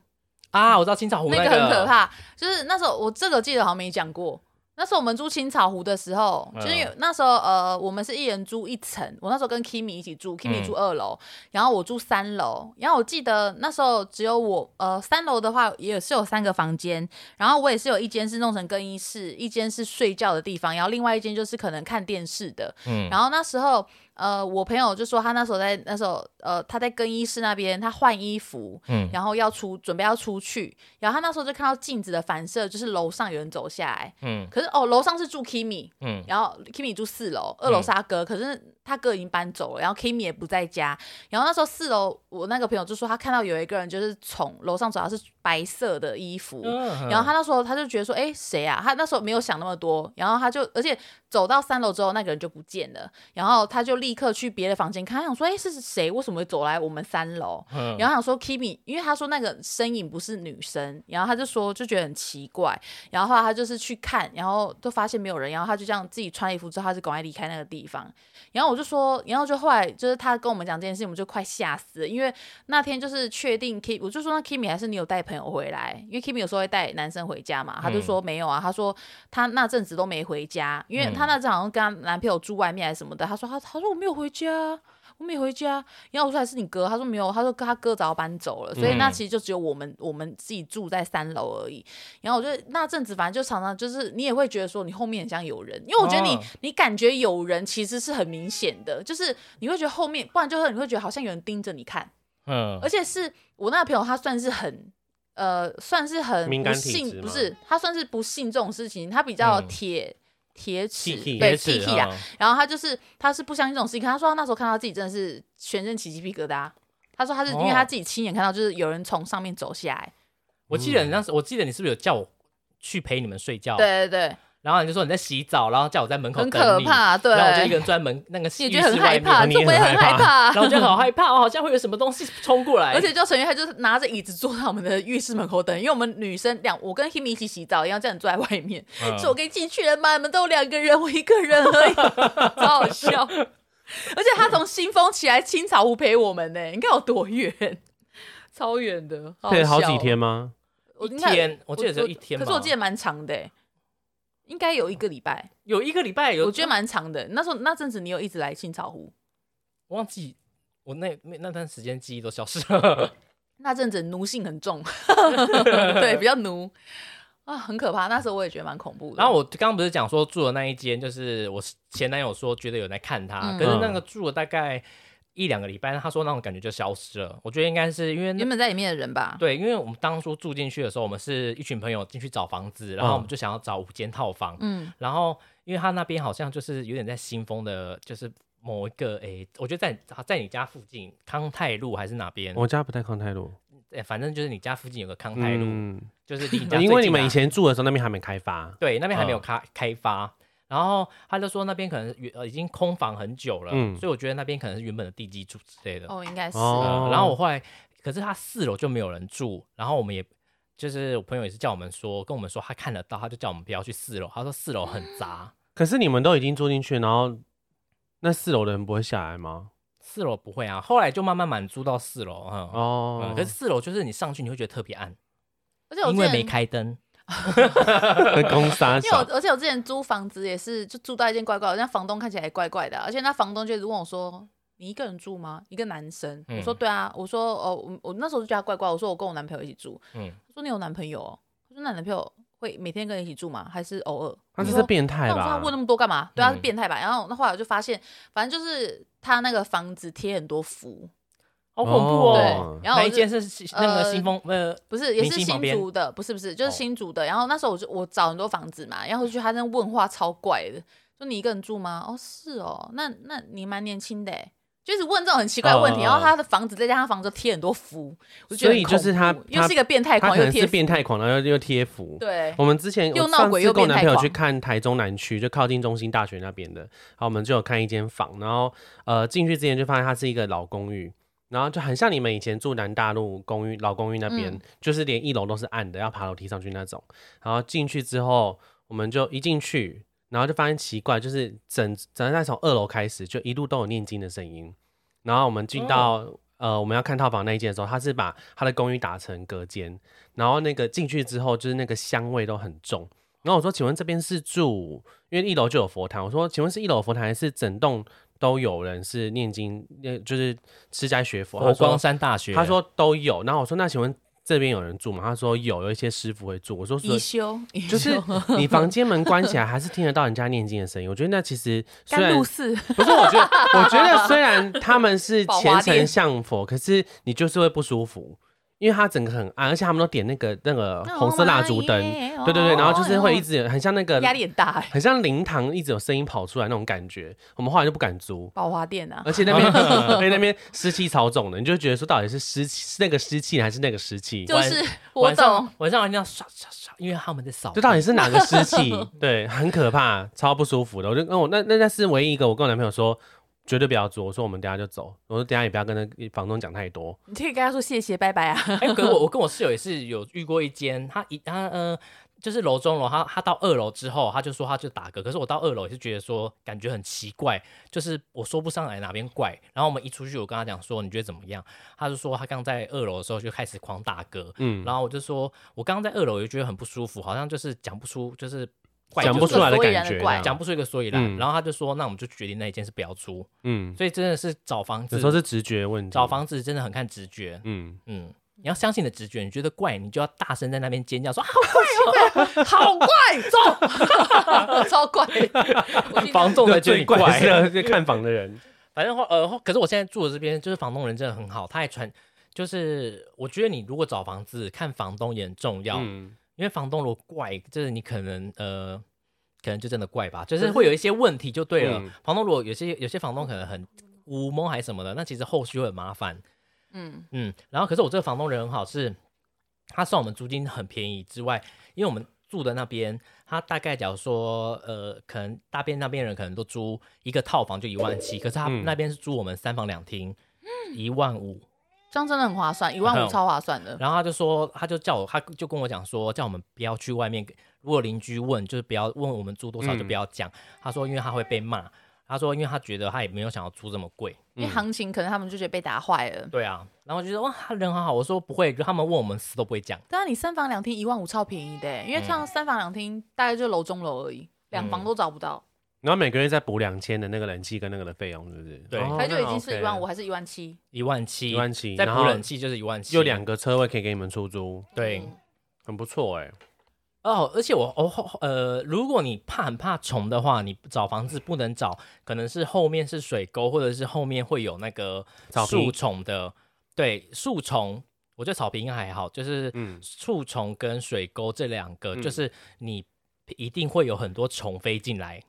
Speaker 3: 啊嗯我知道青草湖
Speaker 2: 那
Speaker 3: 个
Speaker 2: 个很可，怕。就是那时候我这个记得好像没讲过。那时候我们住青草湖的时候，
Speaker 3: 嗯
Speaker 2: 就是有那时候呃，我们是一人租一层。我那时候跟 Kimi 一起住，Kimi
Speaker 3: 嗯
Speaker 2: 住二楼，然后我住三楼。然后我记得那时候只有我呃，三楼的话也是有三个房间，然后我也是有一间是弄成更衣室，一间是睡觉的地方，然后另外一间就是可能看电视的。
Speaker 3: 嗯，
Speaker 2: 然后那时候，呃，我朋友就说他那时候在那时候，呃，他在更衣室那边，他换衣服，
Speaker 3: 嗯
Speaker 2: 然后要出准备要出去，然后他那时候就看到镜子的反射，就是楼上有人走下来，
Speaker 3: 嗯
Speaker 2: 可是哦，楼上是住 Kimi，
Speaker 3: 嗯
Speaker 2: 然后 Kimi 住四楼，二楼是他哥，可是他哥已经搬走了，然后 Kimi 也不在家。然后那时候四楼，我那个朋友就说他看到有一个人就是从楼上走，他是白色的衣服，
Speaker 3: 嗯，
Speaker 2: 然后他那时候他就觉得说，哎、谁啊？他那时候没有想那么多，然后他就，而且走到三楼之后，那个人就不见了，然后他就立刻去别的房间看，他想说，哎、是谁？为什么会走来我们三楼？
Speaker 3: 嗯
Speaker 2: 然后想说 Kimi，因为他说那个身影不是女生，然后他就说就觉得很奇怪，然后后来他就是去看，然后都发现没有人，然后他就这样自己穿衣服之后，他就赶快离开那个地方。然后我就说，然后就后来就是他跟我们讲这件事情，我们就快吓死了，因为那天就是确定 Kim，我就说那 Kimi 还是你有带朋友回来，因为 Kimi 有时候会带男生回家嘛，他就说没有啊，他说他那阵子都没回家，因为他那阵好像跟她男朋友住外面还是什么的，他说他他说我没有回家啊。我没回家，然后我说还是你哥，他说没有，他说他哥早搬走了，所以那其实就只有我们我们自己住在三楼而已。然后我就那阵子，反正就常常就是你也会觉得说你后面很像有人，因为我觉得你、
Speaker 3: 哦
Speaker 2: 你感觉有人其实是很明显的，就是你会觉得后面，不然就是你会觉得好像有人盯着你看，
Speaker 3: 嗯
Speaker 2: 而且是我那个朋友，他算是很。呃，算是很
Speaker 1: 敏
Speaker 2: 不
Speaker 1: 感体
Speaker 2: 信，
Speaker 1: 质
Speaker 2: 不
Speaker 1: 吗
Speaker 2: 是他算是不信这种事情，他比较
Speaker 3: 嗯
Speaker 2: 铁铁齿，
Speaker 1: Kiki
Speaker 2: 对
Speaker 3: 也是
Speaker 2: Kiki 啊，
Speaker 3: 嗯
Speaker 2: 然后他就是他是不相信这种事情，可他说他那时候看到自己真的是全身起鸡皮疙瘩。他说他是因为他自己亲眼看到，就是有人从上面走下来。
Speaker 3: 我记得你那时我记得你是不是有叫我去陪你们睡觉？，
Speaker 2: 对对对，
Speaker 3: 然后你就说你在洗澡，然后叫我在门口
Speaker 2: 很
Speaker 3: 等
Speaker 2: 可
Speaker 3: 你，
Speaker 2: 怕，对，
Speaker 3: 然后我就一个人钻门 那个
Speaker 2: 也
Speaker 3: 浴
Speaker 2: 觉得很
Speaker 3: 室
Speaker 2: 害
Speaker 3: 外面
Speaker 2: 怕，啊
Speaker 1: 你
Speaker 2: 这我也
Speaker 1: 很
Speaker 2: 很
Speaker 1: 害
Speaker 2: 害怕。
Speaker 3: 然后我就好害怕哦，好像会有什么东西冲过来，
Speaker 2: 而且就陈玉他就是拿着椅子坐在我们的浴室门口等，因为我们女生两，我跟 Kimi 一起洗澡，一样这样坐在外面，
Speaker 3: 嗯
Speaker 2: 说我跟你进去了吗？你们都有两个人，我一个人而 已，超好笑。而且他从新丰起来青草湖陪我们呢，你看有多远，超远的，好
Speaker 1: 配了好
Speaker 2: 笑
Speaker 1: 几
Speaker 2: 哦
Speaker 1: 天吗？
Speaker 2: 我
Speaker 3: 一
Speaker 2: 应该
Speaker 3: 天，我记得只有一天吧。
Speaker 2: 可是我记得蛮长的欸，应该有一个礼拜，
Speaker 3: 有一个礼拜有，
Speaker 2: 我觉得蛮长的。那时候那阵子你有一直来青草湖，
Speaker 3: 我忘记我那那那段时间记忆都消失 了。
Speaker 2: 那阵子奴性很 重，对，比较奴啊，很可怕。那时候我也觉得蛮恐怖的。
Speaker 3: 然后我刚刚不是讲说住的那一间，就是我前男友说觉得有人在看他，
Speaker 2: 嗯
Speaker 3: 可是那个住了大概一两个礼拜，他说那种感觉就消失了。我觉得应该是因为那
Speaker 2: 原本在里面的人吧，
Speaker 3: 对，因为我们当初住进去的时候，我们是一群朋友进去找房子，然后我们就想要找五间套房，
Speaker 2: 嗯，
Speaker 3: 然后因为他那边好像就是有点在新丰的，就是某一个诶、我觉得在在你家附近康泰路还是哪边，
Speaker 1: 我家不太康泰路，
Speaker 3: 诶反正就是你家附近有个康泰路，
Speaker 1: 嗯
Speaker 3: 就是离你家、啊
Speaker 1: 因为你们以前住的时候那边还没开发，
Speaker 3: 对那边还没有
Speaker 1: 嗯
Speaker 3: 开、开发，然后他就说那边可能原呃已经空房很久了，
Speaker 1: 嗯
Speaker 3: 所以我觉得那边可能是原本的地基主之类的。
Speaker 2: 哦，应该是。
Speaker 1: 哦
Speaker 3: 呃然后我后来，可是他四楼就没有人住，然后我们也就是我朋友也是叫我们说跟我们说他看得到，他就叫我们不要去四楼，他说四楼很杂。
Speaker 1: 可是你们都已经住进去，然后那四楼的人不会下来吗？
Speaker 3: 四楼不会啊，后来就慢慢满租到四楼，嗯，哦
Speaker 1: 哦，
Speaker 3: 可是四楼就是你上去你会觉得特别暗，
Speaker 2: 而且我
Speaker 3: 因
Speaker 2: 之
Speaker 3: 为
Speaker 2: 前
Speaker 3: 没开灯，
Speaker 1: 公杀
Speaker 2: 因为我
Speaker 1: 小，
Speaker 2: 而且我之前租房子也是，就住到一间怪怪的，那房东看起来也怪怪的啊、而且那房东就一直问我说：“你一个人住吗？”一个男生，
Speaker 3: 嗯
Speaker 2: 我说：“对啊。”我说：“哦，我我那时候就觉得他怪怪。”我说：“我跟我男朋友一起住。”
Speaker 3: 嗯，
Speaker 2: 他说：“你有男朋友、哦？”他说：“那你男朋友会每天跟你一起住吗？还是偶尔？”
Speaker 1: 他
Speaker 2: 我
Speaker 1: 这
Speaker 2: 说
Speaker 1: 是变态
Speaker 2: 那我说他
Speaker 1: 吧？
Speaker 2: 问那么多干嘛？对啊，
Speaker 3: 嗯
Speaker 2: 是变态吧？然后那后来我就发现，反正就是他那个房子贴很多符，
Speaker 3: 好
Speaker 1: 恐怖哦
Speaker 2: 对，然后
Speaker 3: 那
Speaker 2: 我
Speaker 3: 一
Speaker 2: 就
Speaker 3: 间是那个
Speaker 2: 呃
Speaker 3: 新风呃，
Speaker 2: 不是，也
Speaker 3: 明
Speaker 2: 是
Speaker 3: 星旁
Speaker 2: 新
Speaker 3: 边
Speaker 2: 竹的，不是不是，就是
Speaker 3: 哦
Speaker 2: 新竹的。然后那时候我就我找很多房子嘛，然后我就觉得他那问话超怪的，说你一个人住吗？哦，是哦，那那你蛮年轻的欸，就是问这种很奇怪的问题。
Speaker 1: 哦哦哦
Speaker 2: 然后他的房子再加上房子贴很多符，我就觉得
Speaker 1: 所以
Speaker 2: 很恐
Speaker 1: 就是他
Speaker 2: 怖
Speaker 1: 他
Speaker 2: 又是一个变态
Speaker 1: 他
Speaker 2: 狂，
Speaker 1: 可
Speaker 2: 又
Speaker 1: 能
Speaker 2: 贴
Speaker 1: 是
Speaker 2: 符
Speaker 1: 变态狂，然后又又贴符。
Speaker 2: 对。
Speaker 1: 我们之前
Speaker 2: 又
Speaker 1: 我
Speaker 2: 闹
Speaker 1: 上
Speaker 2: 鬼
Speaker 1: 次
Speaker 2: 又
Speaker 1: 跟我
Speaker 2: 变
Speaker 1: 男
Speaker 2: 态
Speaker 1: 朋友去
Speaker 2: 狂
Speaker 1: 看台中南区，就靠近中心大学那边的，然后我们就有看一间房，然后呃进去之前就发现它是一个老公寓，然后就很像你们以前住南大路公寓老公寓那边，
Speaker 2: 嗯
Speaker 1: 就是连一楼都是暗的，要爬楼梯上去那种。然后进去之后，我们就一进去，然后就发现奇怪，就是整整在从二楼开始就一路都有念经的声音，然后我们进到、
Speaker 3: 哦
Speaker 1: 呃我们要看套房那一间的时候，他是把他的公寓打成隔间，然后那个进去之后就是那个香味都很重。然后我说：“请问这边是住？因为一楼就有佛堂。我说：请问是一楼有佛堂，还是整栋都有人是念经，呃，就是吃斋学佛？”
Speaker 3: 佛
Speaker 1: 他说
Speaker 3: 光山大学，
Speaker 1: 他说都有。然后我说：那请问这边有人住吗？他说有，有一些师傅会住。我说：所
Speaker 2: 一
Speaker 1: 以
Speaker 2: 休，一
Speaker 1: 就
Speaker 2: 休
Speaker 1: 是你房间门关起来，还是听得到人家念经的声音。我觉得那其实虽
Speaker 2: 甘
Speaker 1: 然
Speaker 2: 露寺，
Speaker 1: 不是，我觉 得我觉得虽然他们是
Speaker 2: 宝
Speaker 1: 虔
Speaker 2: 华
Speaker 1: 诚
Speaker 2: 殿
Speaker 1: 向佛，可是你就是会不舒服，因为它整个很暗，而且他们都点那个那个 红色蜡烛灯，对对对，然后就是会一直很像那个
Speaker 2: 哦压力很大欸，
Speaker 1: 很像灵堂一直有声音跑出来那种感觉，我们后来就不敢租。
Speaker 2: 宝华殿啊，
Speaker 1: 而且 那边， 而且那边湿气超重的，你就觉得说到底是湿气是那个湿气还是那个湿气，
Speaker 2: 就
Speaker 3: 晚
Speaker 2: 是我
Speaker 3: 晚上
Speaker 2: 懂，
Speaker 3: 晚上人家刷刷刷，因为他们在扫
Speaker 1: 就，到底是 哪个湿气？对，很可怕，超不舒服的。我就跟我那那那是唯一一个，我跟我男朋友说绝对不要做。我说我们等一下就走，我说等一下也不要跟那房东讲太多。
Speaker 2: 你可以跟他说谢谢，拜拜啊。
Speaker 3: 哎，可我我跟我室友也是有遇过一间，他一他呃就是楼中楼，他他到二楼之后，他就说他就打嗝，可是我到二楼也是觉得说感觉很奇怪，就是我说不上来哪边怪。然后我们一出去，我跟他讲说你觉得怎么样？他就说他刚在二楼的时候就开始狂打嗝，
Speaker 1: 嗯，
Speaker 3: 然后我就说我刚刚在二楼也觉得很不舒服，好像就是讲不出就是怪
Speaker 1: 讲不
Speaker 3: 就
Speaker 1: 出
Speaker 3: 是
Speaker 1: 来的
Speaker 2: 所以
Speaker 1: 感
Speaker 2: 然
Speaker 1: 觉
Speaker 2: 的怪
Speaker 1: 这样，
Speaker 3: 讲不出一个所以然。
Speaker 1: 嗯
Speaker 3: 然后他就说那我们就决定那一间是不要租，
Speaker 1: 嗯，
Speaker 3: 所以真的是找房
Speaker 1: 有
Speaker 3: 子
Speaker 1: 时候是直觉问题。
Speaker 3: 找，房子真的很看直觉，
Speaker 1: 嗯，
Speaker 3: 嗯，你要相信你的直觉，你觉得怪，你就要大声在那边尖叫说 啊好怪哦，好怪，走。
Speaker 2: 超怪的，我去
Speaker 3: 房 仲才觉得你
Speaker 1: 最怪
Speaker 3: 怪。
Speaker 1: 是看房 的人。
Speaker 3: 反正后呃，后可是我现在住的这边就是房东人真的很好，他还传，就是我觉得你如果找房子看房东也很重要，
Speaker 1: 嗯，
Speaker 3: 因为房东如果怪，就是你可能呃。可能就真的怪吧，就是会有一些问题就对了。
Speaker 1: 嗯
Speaker 3: 房东如果有些有些房东可能很无蒙还是什么的，那其实后续会很麻烦。
Speaker 2: 嗯，
Speaker 3: 嗯，然后可是我这个房东人很好，是他算我们租金很便宜之外，因为我们住的那边，他大概假如说呃，可能大便那边人可能都租一个套房就一万七，可是他
Speaker 1: 嗯
Speaker 3: 那边是租我们三房两厅，一万五。
Speaker 2: 这样真的很划算，一万五超划算的。
Speaker 3: 然后他就说，他就叫我，他就跟我讲说，叫我们不要去外面给，如果邻居问，就是不要问我们租多少，就
Speaker 1: 嗯
Speaker 3: 不要讲。他说，因为他会被骂。他说，因为他觉得他也没有想要租这么贵。
Speaker 2: 因为行情可能他们就觉得被打坏了。
Speaker 3: 对啊，然后我就觉得哇，他人好好。我说不会，就他们问我们死都不会讲。
Speaker 2: 当啊然，你三房两厅一万五超便宜的欸，因为
Speaker 3: 嗯
Speaker 2: 像三房两厅大概就楼中楼而已，两房都找不到，
Speaker 1: 然后每个月再补两千的那个冷气跟那个的费用，是不是？
Speaker 3: 对
Speaker 1: 哦
Speaker 2: 它就已经是一万，
Speaker 1: 那
Speaker 2: 五
Speaker 1: OK
Speaker 2: 还是一万七。
Speaker 3: 一万七，
Speaker 1: 一万七
Speaker 3: 再
Speaker 1: 然
Speaker 3: 补
Speaker 1: 后
Speaker 3: 冷气就是一万七，
Speaker 1: 又两个车位可以给你们出租，
Speaker 3: 对
Speaker 2: 嗯
Speaker 1: 很不错哎。
Speaker 3: 哦。而且我哦后呃，如果你怕很怕虫的话，你找房子不能找，可能是后面是水沟，或者是后面会有那个
Speaker 1: 草坪
Speaker 3: 树虫的，对树虫。我觉得草坪应该还好，就是
Speaker 1: 嗯
Speaker 3: 树虫跟水沟这两个，
Speaker 1: 嗯
Speaker 3: 就是你一定会有很多虫飞进来，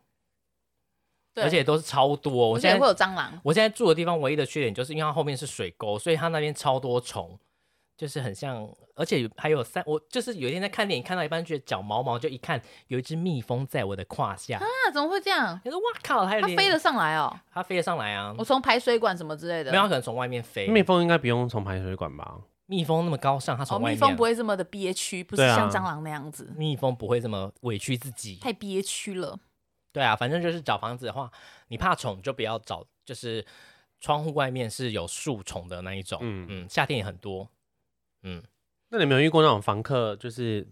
Speaker 2: 对，
Speaker 3: 而且都是超多。我
Speaker 2: 而
Speaker 3: 现
Speaker 2: 且
Speaker 3: 在
Speaker 2: 会有蟑螂，
Speaker 3: 我现在住的地方唯一的缺点，就是因为它后面是水沟，所以它那边超多虫，就是很像，而且还有三，我就是有一天在看电影，看到一半觉得脚毛毛，就一看有一只蜜蜂在我的胯下，
Speaker 2: 那怎么会这样？
Speaker 3: 你说哇靠，它有
Speaker 2: 它
Speaker 3: 点
Speaker 2: 飞了，上来哦，
Speaker 3: 它飞了上来啊，
Speaker 2: 我从排水管什么之类的。
Speaker 3: 没有，它可能从外面飞，
Speaker 1: 蜜
Speaker 3: 蜜
Speaker 1: 蜂应该不用从排水管吧？
Speaker 3: 蜂那么高尚，它
Speaker 2: 哦，
Speaker 3: 从外
Speaker 2: 蜜
Speaker 3: 面，
Speaker 2: 蜂不会这么的憋屈，不是
Speaker 1: 对啊
Speaker 2: 像蟑螂那样子，
Speaker 3: 蜜蜂不会这么委屈自己，
Speaker 2: 太憋屈了。
Speaker 3: 对啊，反正就是找房子的话，你怕虫就不要找，就是窗户外面是有树虫的那一种。嗯
Speaker 1: 嗯
Speaker 3: 嗯，夏天也很多。嗯，
Speaker 1: 那你没有遇过那种房客就是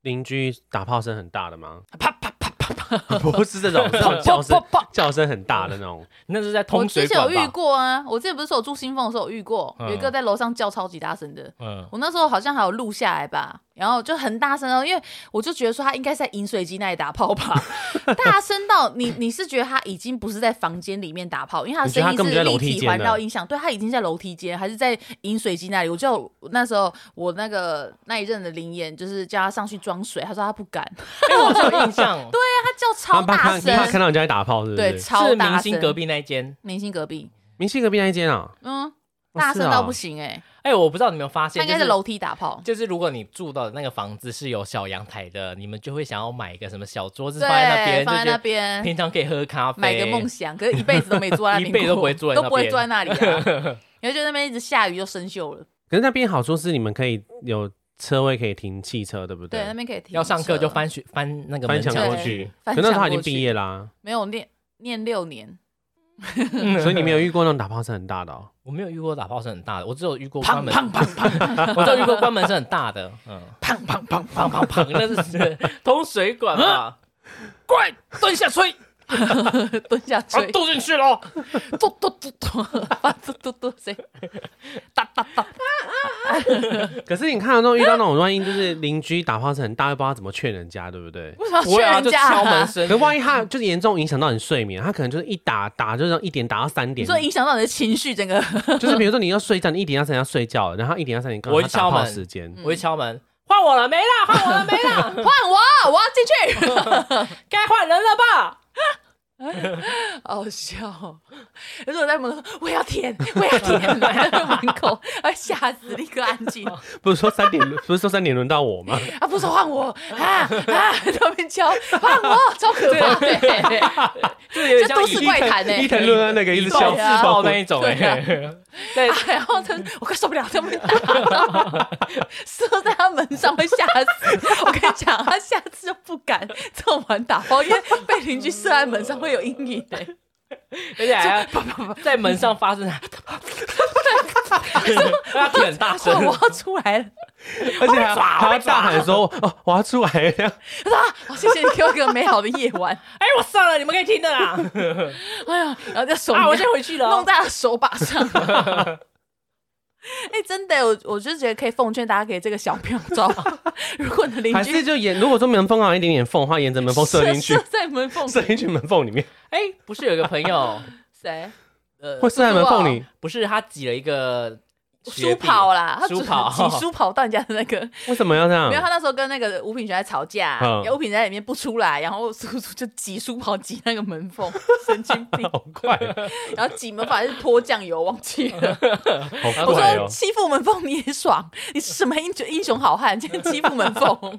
Speaker 1: 邻居打炮声很大的吗？
Speaker 2: 啊啪啪啪啪啪，
Speaker 1: 不 是这种，是那种叫声叫声很大的那种。
Speaker 3: 那是在
Speaker 2: 我
Speaker 3: 通
Speaker 2: 之
Speaker 3: 水
Speaker 2: 前有
Speaker 3: 管
Speaker 2: 遇
Speaker 3: 吧？
Speaker 2: 过啊，我之前不是说我住新凤的时候有遇过，
Speaker 3: 嗯
Speaker 2: 有一个在楼上叫超级大声的，
Speaker 3: 嗯，
Speaker 2: 我那时候好像还有录下来吧，然后就很大声哦，因为我就觉得说他应该是在饮水机那里打炮吧，大声到你你是觉得他已经不是在房间里面打炮，因为他的
Speaker 1: 你觉
Speaker 2: 声
Speaker 1: 得他
Speaker 2: 音
Speaker 1: 根本
Speaker 2: 是
Speaker 1: 就在
Speaker 2: 立
Speaker 1: 楼梯
Speaker 2: 体
Speaker 1: 间
Speaker 2: 环
Speaker 1: 呢
Speaker 2: 绕音响，对他已经在楼梯间还是在饮水机那里，我就那时候我那个那一任的灵眼就是叫他上去装水，他说他不敢，
Speaker 3: 因为我是有印象， 对，
Speaker 2: 他叫超
Speaker 1: 怕
Speaker 2: 大
Speaker 1: 看怕看
Speaker 2: 声，
Speaker 1: 到人家在打炮，是不
Speaker 2: 对，
Speaker 1: 是？
Speaker 2: 超
Speaker 3: 是
Speaker 2: 大
Speaker 3: 明
Speaker 2: 声
Speaker 3: 星，隔壁那一间。
Speaker 2: 明星隔壁，
Speaker 1: 明星隔壁那一间啊，
Speaker 2: 嗯，
Speaker 1: 哦
Speaker 2: 大
Speaker 1: 是
Speaker 2: 声到
Speaker 1: 哦
Speaker 2: 不行哎，
Speaker 3: 哎、我不知道你有没有发现，
Speaker 2: 他应该
Speaker 3: 啊就
Speaker 2: 在楼梯打炮。
Speaker 3: 就是如果你住到的那个房子是有小阳台的，你们就会想要买一个什么小桌子
Speaker 2: 对，
Speaker 3: 放在那边，
Speaker 2: 放在
Speaker 3: 就
Speaker 2: 那
Speaker 3: 觉得
Speaker 2: 边，
Speaker 3: 平常可以喝咖啡，
Speaker 2: 买个梦想，可是一辈子都没坐在那边 过，
Speaker 3: 一辈子都不会坐在那边
Speaker 2: 都不会坐在那里啊。 然后就那边一直下雨就生锈了，
Speaker 1: 可是那边好处是你们可以有车位可以停汽车，对不
Speaker 2: 对，那边可以停。
Speaker 3: 要上课就，翻学翻那个
Speaker 1: 翻
Speaker 3: 门
Speaker 1: 墙
Speaker 3: 墙
Speaker 1: 过
Speaker 2: 对
Speaker 1: 去，可
Speaker 2: 翻
Speaker 1: 那时候
Speaker 2: 墙
Speaker 1: 他已经
Speaker 2: 过去
Speaker 1: 毕业啦、
Speaker 2: 没有念念六年，
Speaker 1: 所以你没有遇过那种打炮声很大的、哦。
Speaker 3: 我没有遇过打炮声很大的，我只有遇过关
Speaker 2: 砰
Speaker 3: 门，
Speaker 2: 砰砰 砰
Speaker 3: 我只有遇过关门声很大的，嗯，
Speaker 2: 砰砰 砰砰，
Speaker 3: 砰砰砰，那是通水管吧？快蹲下吹，
Speaker 2: 蹲下
Speaker 3: 啊
Speaker 2: 吹，
Speaker 3: 剁进去了。
Speaker 2: 嘟嘟嘟嘟，发嘟嘟嘟声，哒哒哒，
Speaker 1: 可是你看到那种遇到那种，万一就是邻居打炮声很大，又不知道怎么劝人家，对不对？
Speaker 2: 为什么要
Speaker 3: 我
Speaker 2: 劝
Speaker 3: 要啊就
Speaker 2: 人家
Speaker 3: 敲门
Speaker 2: 啊？
Speaker 1: 可
Speaker 3: 声，
Speaker 1: 万一他就是严重影响到你睡眠，他可能就是一打打就是一点打到三
Speaker 2: 你
Speaker 1: 点，
Speaker 2: 说影响到你的情绪，整 个
Speaker 1: 就是比如说你要睡觉，你一点到三点要睡觉了，然后一点到三点刚好
Speaker 3: 我
Speaker 1: 他
Speaker 3: 一敲
Speaker 1: 打炮
Speaker 3: 门嗯
Speaker 1: 时间，
Speaker 3: 我一敲门，换我了没啦？换我了没啦？
Speaker 2: 换我，我要进去，
Speaker 3: 该换人了吧？
Speaker 2: 好笑 哦。可是我在门口，我要舔， 我要舔，来到门口，哎，吓死，立刻安 静。
Speaker 3: 哦
Speaker 1: 不是说三点， 不是说三点轮到我 吗？
Speaker 2: 啊，不是换我啊 啊！他们叫换我， 超可怕的、
Speaker 3: 啊这有
Speaker 2: 这
Speaker 3: 点像
Speaker 2: 都是
Speaker 3: 以
Speaker 2: 怪谈呢、欸
Speaker 1: 伊藤润二那个一直
Speaker 2: 对
Speaker 3: 小
Speaker 1: 笑
Speaker 3: 自
Speaker 2: 啊
Speaker 3: 爆那一种哎、
Speaker 2: 对
Speaker 3: 对
Speaker 2: 啊，然后他我快受不了，他们 打射在他门上会吓死。 我跟你讲，他下次就不敢 这么玩打包，因为被邻居射在门上会有阴 影的、
Speaker 3: 而且还要在门上发生，他舔很大 声
Speaker 2: 换，我要出来了，
Speaker 1: 而且还还要大喊说：“哦，我要出来了。
Speaker 2: 他说啊，好谢谢你给我一个美好的夜晚。
Speaker 3: 哎，我上了，你们可以听的啦。
Speaker 2: 哎呀，然后就手、
Speaker 3: 啊，我先回去了
Speaker 2: 弄
Speaker 3: 哦。
Speaker 2: 在他的手把 上。哎、真的，我我就觉得可以奉劝大家给这个小妙 招，如果你的”邻
Speaker 1: 还是
Speaker 2: 居
Speaker 1: 就沿如果说门缝好一点点缝的话，沿着门缝射进 去
Speaker 2: 射，在门缝
Speaker 1: 射进去门缝里面，
Speaker 3: 哎，不是有一个朋友，
Speaker 2: 谁
Speaker 3: 呃
Speaker 1: 或，射在门缝里。
Speaker 3: 不是他挤了一个
Speaker 2: 书跑啦，他
Speaker 3: 书跑
Speaker 2: 只 挤书跑到人家的那个，
Speaker 1: 为什么要这样
Speaker 2: 没有？他那时候跟那个吴品璇在吵架、
Speaker 1: 嗯
Speaker 2: 然后吴品璇在里面不出来，然后叔叔就挤书跑挤那个门 缝，神经病，
Speaker 1: 好怪，哦
Speaker 2: 然后挤门缝还是泼酱油，忘 记了。
Speaker 1: 好
Speaker 2: 我
Speaker 1: 怪
Speaker 2: 说
Speaker 1: 哦！
Speaker 2: 欺负门缝你也爽，你是什么英雄英雄好汉，竟然欺负门 缝？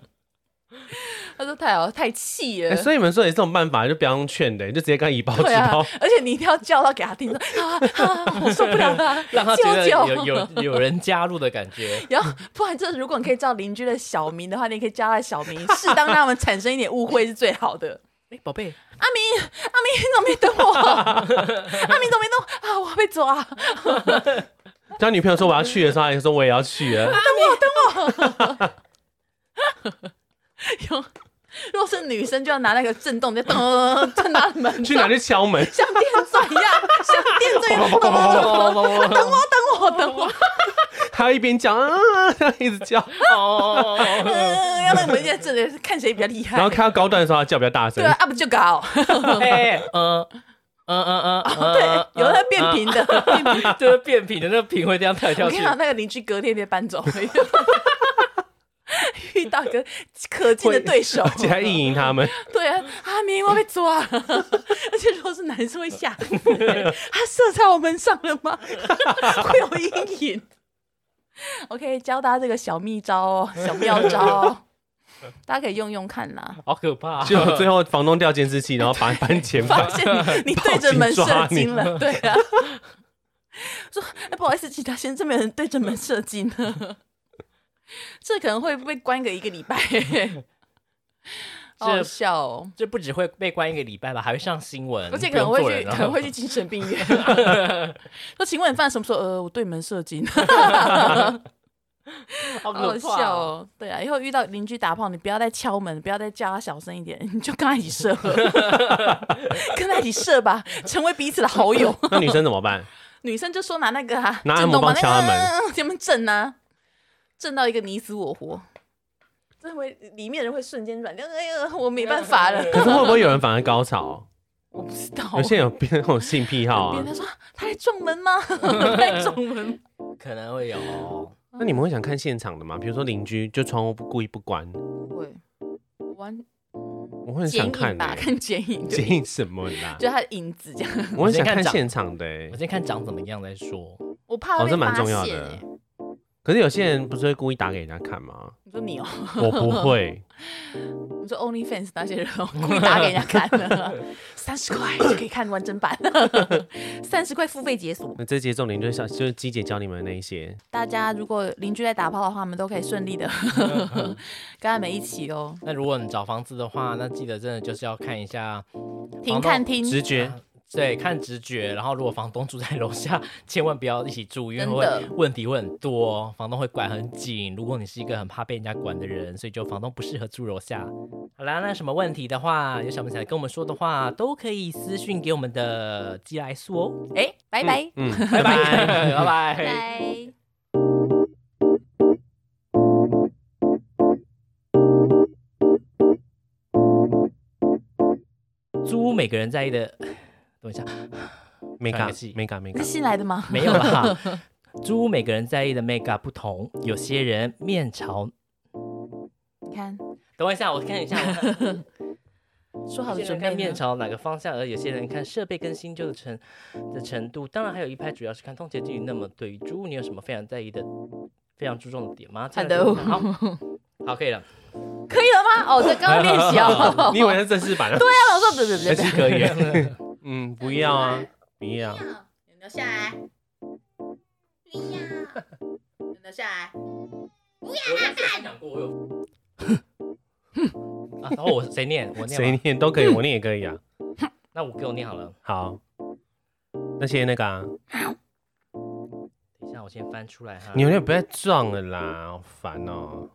Speaker 2: 他说太好太气了。
Speaker 1: 哎，所以你们说也是这种办法，就不要用劝的，就直接跟他以暴制
Speaker 2: 对啊
Speaker 1: 暴。，
Speaker 2: 而且你一定要叫到给他听，说 啊啊，我受不了 了，
Speaker 3: 让他觉得
Speaker 2: 救救
Speaker 3: 有有有人加入的感觉。
Speaker 2: 然后，不然就是如果你可以叫邻居的小名的话，你也可以叫他的小名，适当让他们产生一点误会是最好的。
Speaker 3: 哎，宝贝，
Speaker 2: 阿明，阿明，你怎么没等我？阿明怎么没弄啊？我要被抓！
Speaker 1: 当女朋友说我要去的时候，他也说我也要 去了。
Speaker 2: 有，如果是女生，就要拿那个震 动，就噔震到门上，
Speaker 1: 去哪就敲门，
Speaker 2: 像电钻一 样，像电钻一样，等我，等我，等我，
Speaker 1: 他一边讲啊，他一直叫，
Speaker 2: 嗯， 要让你们在这里看谁比较厉害
Speaker 1: 然后。看到高段的时候，他叫比较大声
Speaker 2: 哎对。啊，啊不就搞，
Speaker 3: 哎，嗯嗯嗯嗯，
Speaker 2: 对，有的变平的，
Speaker 1: 啊
Speaker 2: 变平
Speaker 3: 的，就是变平的那个平会这样跳来跳
Speaker 2: 我
Speaker 3: 去
Speaker 2: 跟你。讲，那个邻居隔天被搬走了， 遇到一个可敬的对手
Speaker 1: 而，且还意淫他们，
Speaker 2: 对啊，阿明我被抓了， 而且如果是男生会吓死、他射在我们上了吗？ 会有阴影。OK，教大家这个小秘招哦，小妙招哦， 大家可以用用看啦。
Speaker 3: 好可怕！啊
Speaker 1: 结果最后房东调监视器，然后把 搬前
Speaker 2: 发
Speaker 1: 方。
Speaker 2: 现你你对着门射精了，对啊。说，哎，不好意思，其他先生，没有人对着门射精 了，这可能会被关个一个礼拜。好好笑哦。
Speaker 3: 这不只会被关一个礼拜吧，还会上新闻，
Speaker 2: 而且
Speaker 3: 不
Speaker 2: 可能
Speaker 3: 用
Speaker 2: 会
Speaker 3: 做
Speaker 2: 去，
Speaker 3: 人了啊
Speaker 2: 可能会去精神病 院。说，请问你犯什么时候？呃，我对门射精，好
Speaker 3: 好
Speaker 2: 好
Speaker 3: 可怕
Speaker 2: 笑。 哦。对啊，以后遇到邻居打炮，你不要再敲门，不要再叫他小声一点，你就跟他一起 射，跟他一起射吧，成为彼此的好友。
Speaker 1: 那女生怎么办？
Speaker 2: 女生就说拿那个啊，
Speaker 1: 拿按
Speaker 2: 震
Speaker 1: 摩
Speaker 2: 动
Speaker 1: 棒
Speaker 2: 把
Speaker 1: 敲他
Speaker 2: 那
Speaker 1: 们
Speaker 2: 个，他们震啊，震到一个你死我活，这会里面人会瞬间软掉，哎呀，我没办法了，
Speaker 1: 可是会不会有人反而 高潮？
Speaker 2: 我不知道。
Speaker 1: 有些人有变那种性癖好
Speaker 2: 别
Speaker 1: 啊
Speaker 2: 人，他说他来撞门吗？他来撞门，
Speaker 3: 可能会有哦，
Speaker 1: 那你们会想看现场的吗？比如说邻居就窗户不故意不关，
Speaker 2: 不会，玩
Speaker 1: 我会很
Speaker 2: 剪
Speaker 1: 想
Speaker 2: 影
Speaker 1: 看
Speaker 2: 吧，
Speaker 1: 的。
Speaker 2: 看剪影，
Speaker 1: 建
Speaker 2: 对，
Speaker 1: 议什么啦？
Speaker 2: 就他的影子这样，
Speaker 1: 我很想
Speaker 3: 先看
Speaker 1: 看
Speaker 3: 长
Speaker 1: 现场的欸
Speaker 3: 我，先看长怎么样再说。
Speaker 2: 我怕
Speaker 1: 哦，
Speaker 2: 会
Speaker 1: 这
Speaker 2: 被
Speaker 1: 蛮
Speaker 2: 发
Speaker 1: 重要
Speaker 2: 现
Speaker 1: 的
Speaker 2: 欸。。
Speaker 1: 可是有些人不是会故意打给人家 看吗？
Speaker 2: 你说你哦，
Speaker 1: 我不会，
Speaker 2: 你说 OnlyFans 那些人哦故意打给人家看的，三十块就可以看完整版，三十块付费解锁。
Speaker 1: 那这节重点就是小就是鸡姐教你们的那一些，
Speaker 2: 大
Speaker 1: 哦
Speaker 2: 家如果邻居在打炮的话，我们都可以顺利的
Speaker 1: 哦
Speaker 2: 跟他们一起哦。
Speaker 3: 那如果你找房子的话，那记得真的就是要看一下，
Speaker 2: 停看听，
Speaker 1: 直觉
Speaker 3: 对，看直觉。然后如果房东住在楼下，千万不要一起住，因为
Speaker 2: 真
Speaker 3: 会
Speaker 2: 的
Speaker 3: 问题会很多，房东会管很紧。如果你是一个很怕被人家管的人，所以就房东不适合住楼下。好啦，那什么问题的话，有想不想跟我们说的话，都可以私讯给我们的寄来素哦。
Speaker 2: 哎，拜拜，
Speaker 1: 嗯，
Speaker 3: 拜拜，拜
Speaker 2: 拜
Speaker 3: 拜。
Speaker 2: 拜。
Speaker 3: 租屋每个人在意的，等一下，
Speaker 1: 没
Speaker 3: 看
Speaker 1: 嘎
Speaker 3: 个戏
Speaker 1: 没嘎没
Speaker 2: 你
Speaker 1: 嘎
Speaker 2: 是，新来的吗？
Speaker 3: 没 有啦。租屋每个人在意的 mega 不同，有些人面朝，
Speaker 2: 你看，
Speaker 3: 等我一下，我看一下，我看。
Speaker 2: 说好
Speaker 3: 有
Speaker 2: 的
Speaker 3: 些人
Speaker 2: 准
Speaker 3: 看
Speaker 2: 备
Speaker 3: 面
Speaker 2: 呢？
Speaker 3: 朝哪个方向，而有些人看设备跟新旧的程的程度。当然，还有一派主要是看通勤距离。那么，对于猪，你有什么非常在意的、非常注重的点吗？
Speaker 2: 好
Speaker 3: 这样就
Speaker 2: 的
Speaker 3: 好，好，可以了。
Speaker 2: 可以了吗？哦，这刚刚练习哦。
Speaker 1: 你以为是正式版啊？
Speaker 2: 对啊，我说不不
Speaker 1: 还
Speaker 2: 不
Speaker 1: 是可以？ 嗯，不要啊，不要，
Speaker 2: 不，留下来，不要，留下来。
Speaker 3: 啊，然后我谁念？我念
Speaker 1: 谁
Speaker 3: 吗。
Speaker 1: 念都可以，我念也可以啊。
Speaker 3: 那我给我念好了。
Speaker 1: 好，那些那个啊，
Speaker 3: 等一下，我先翻出来哈。
Speaker 1: 你有点不要撞了啦，好烦哦。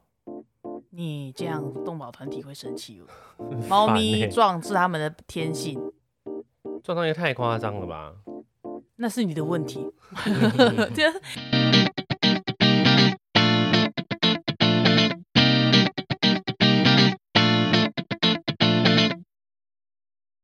Speaker 2: 你这样动保团体会生气 哦。猫咪
Speaker 1: 欸
Speaker 2: 撞是他们的天性，
Speaker 1: 撞到也太夸张了吧？
Speaker 2: 那是你的问题。这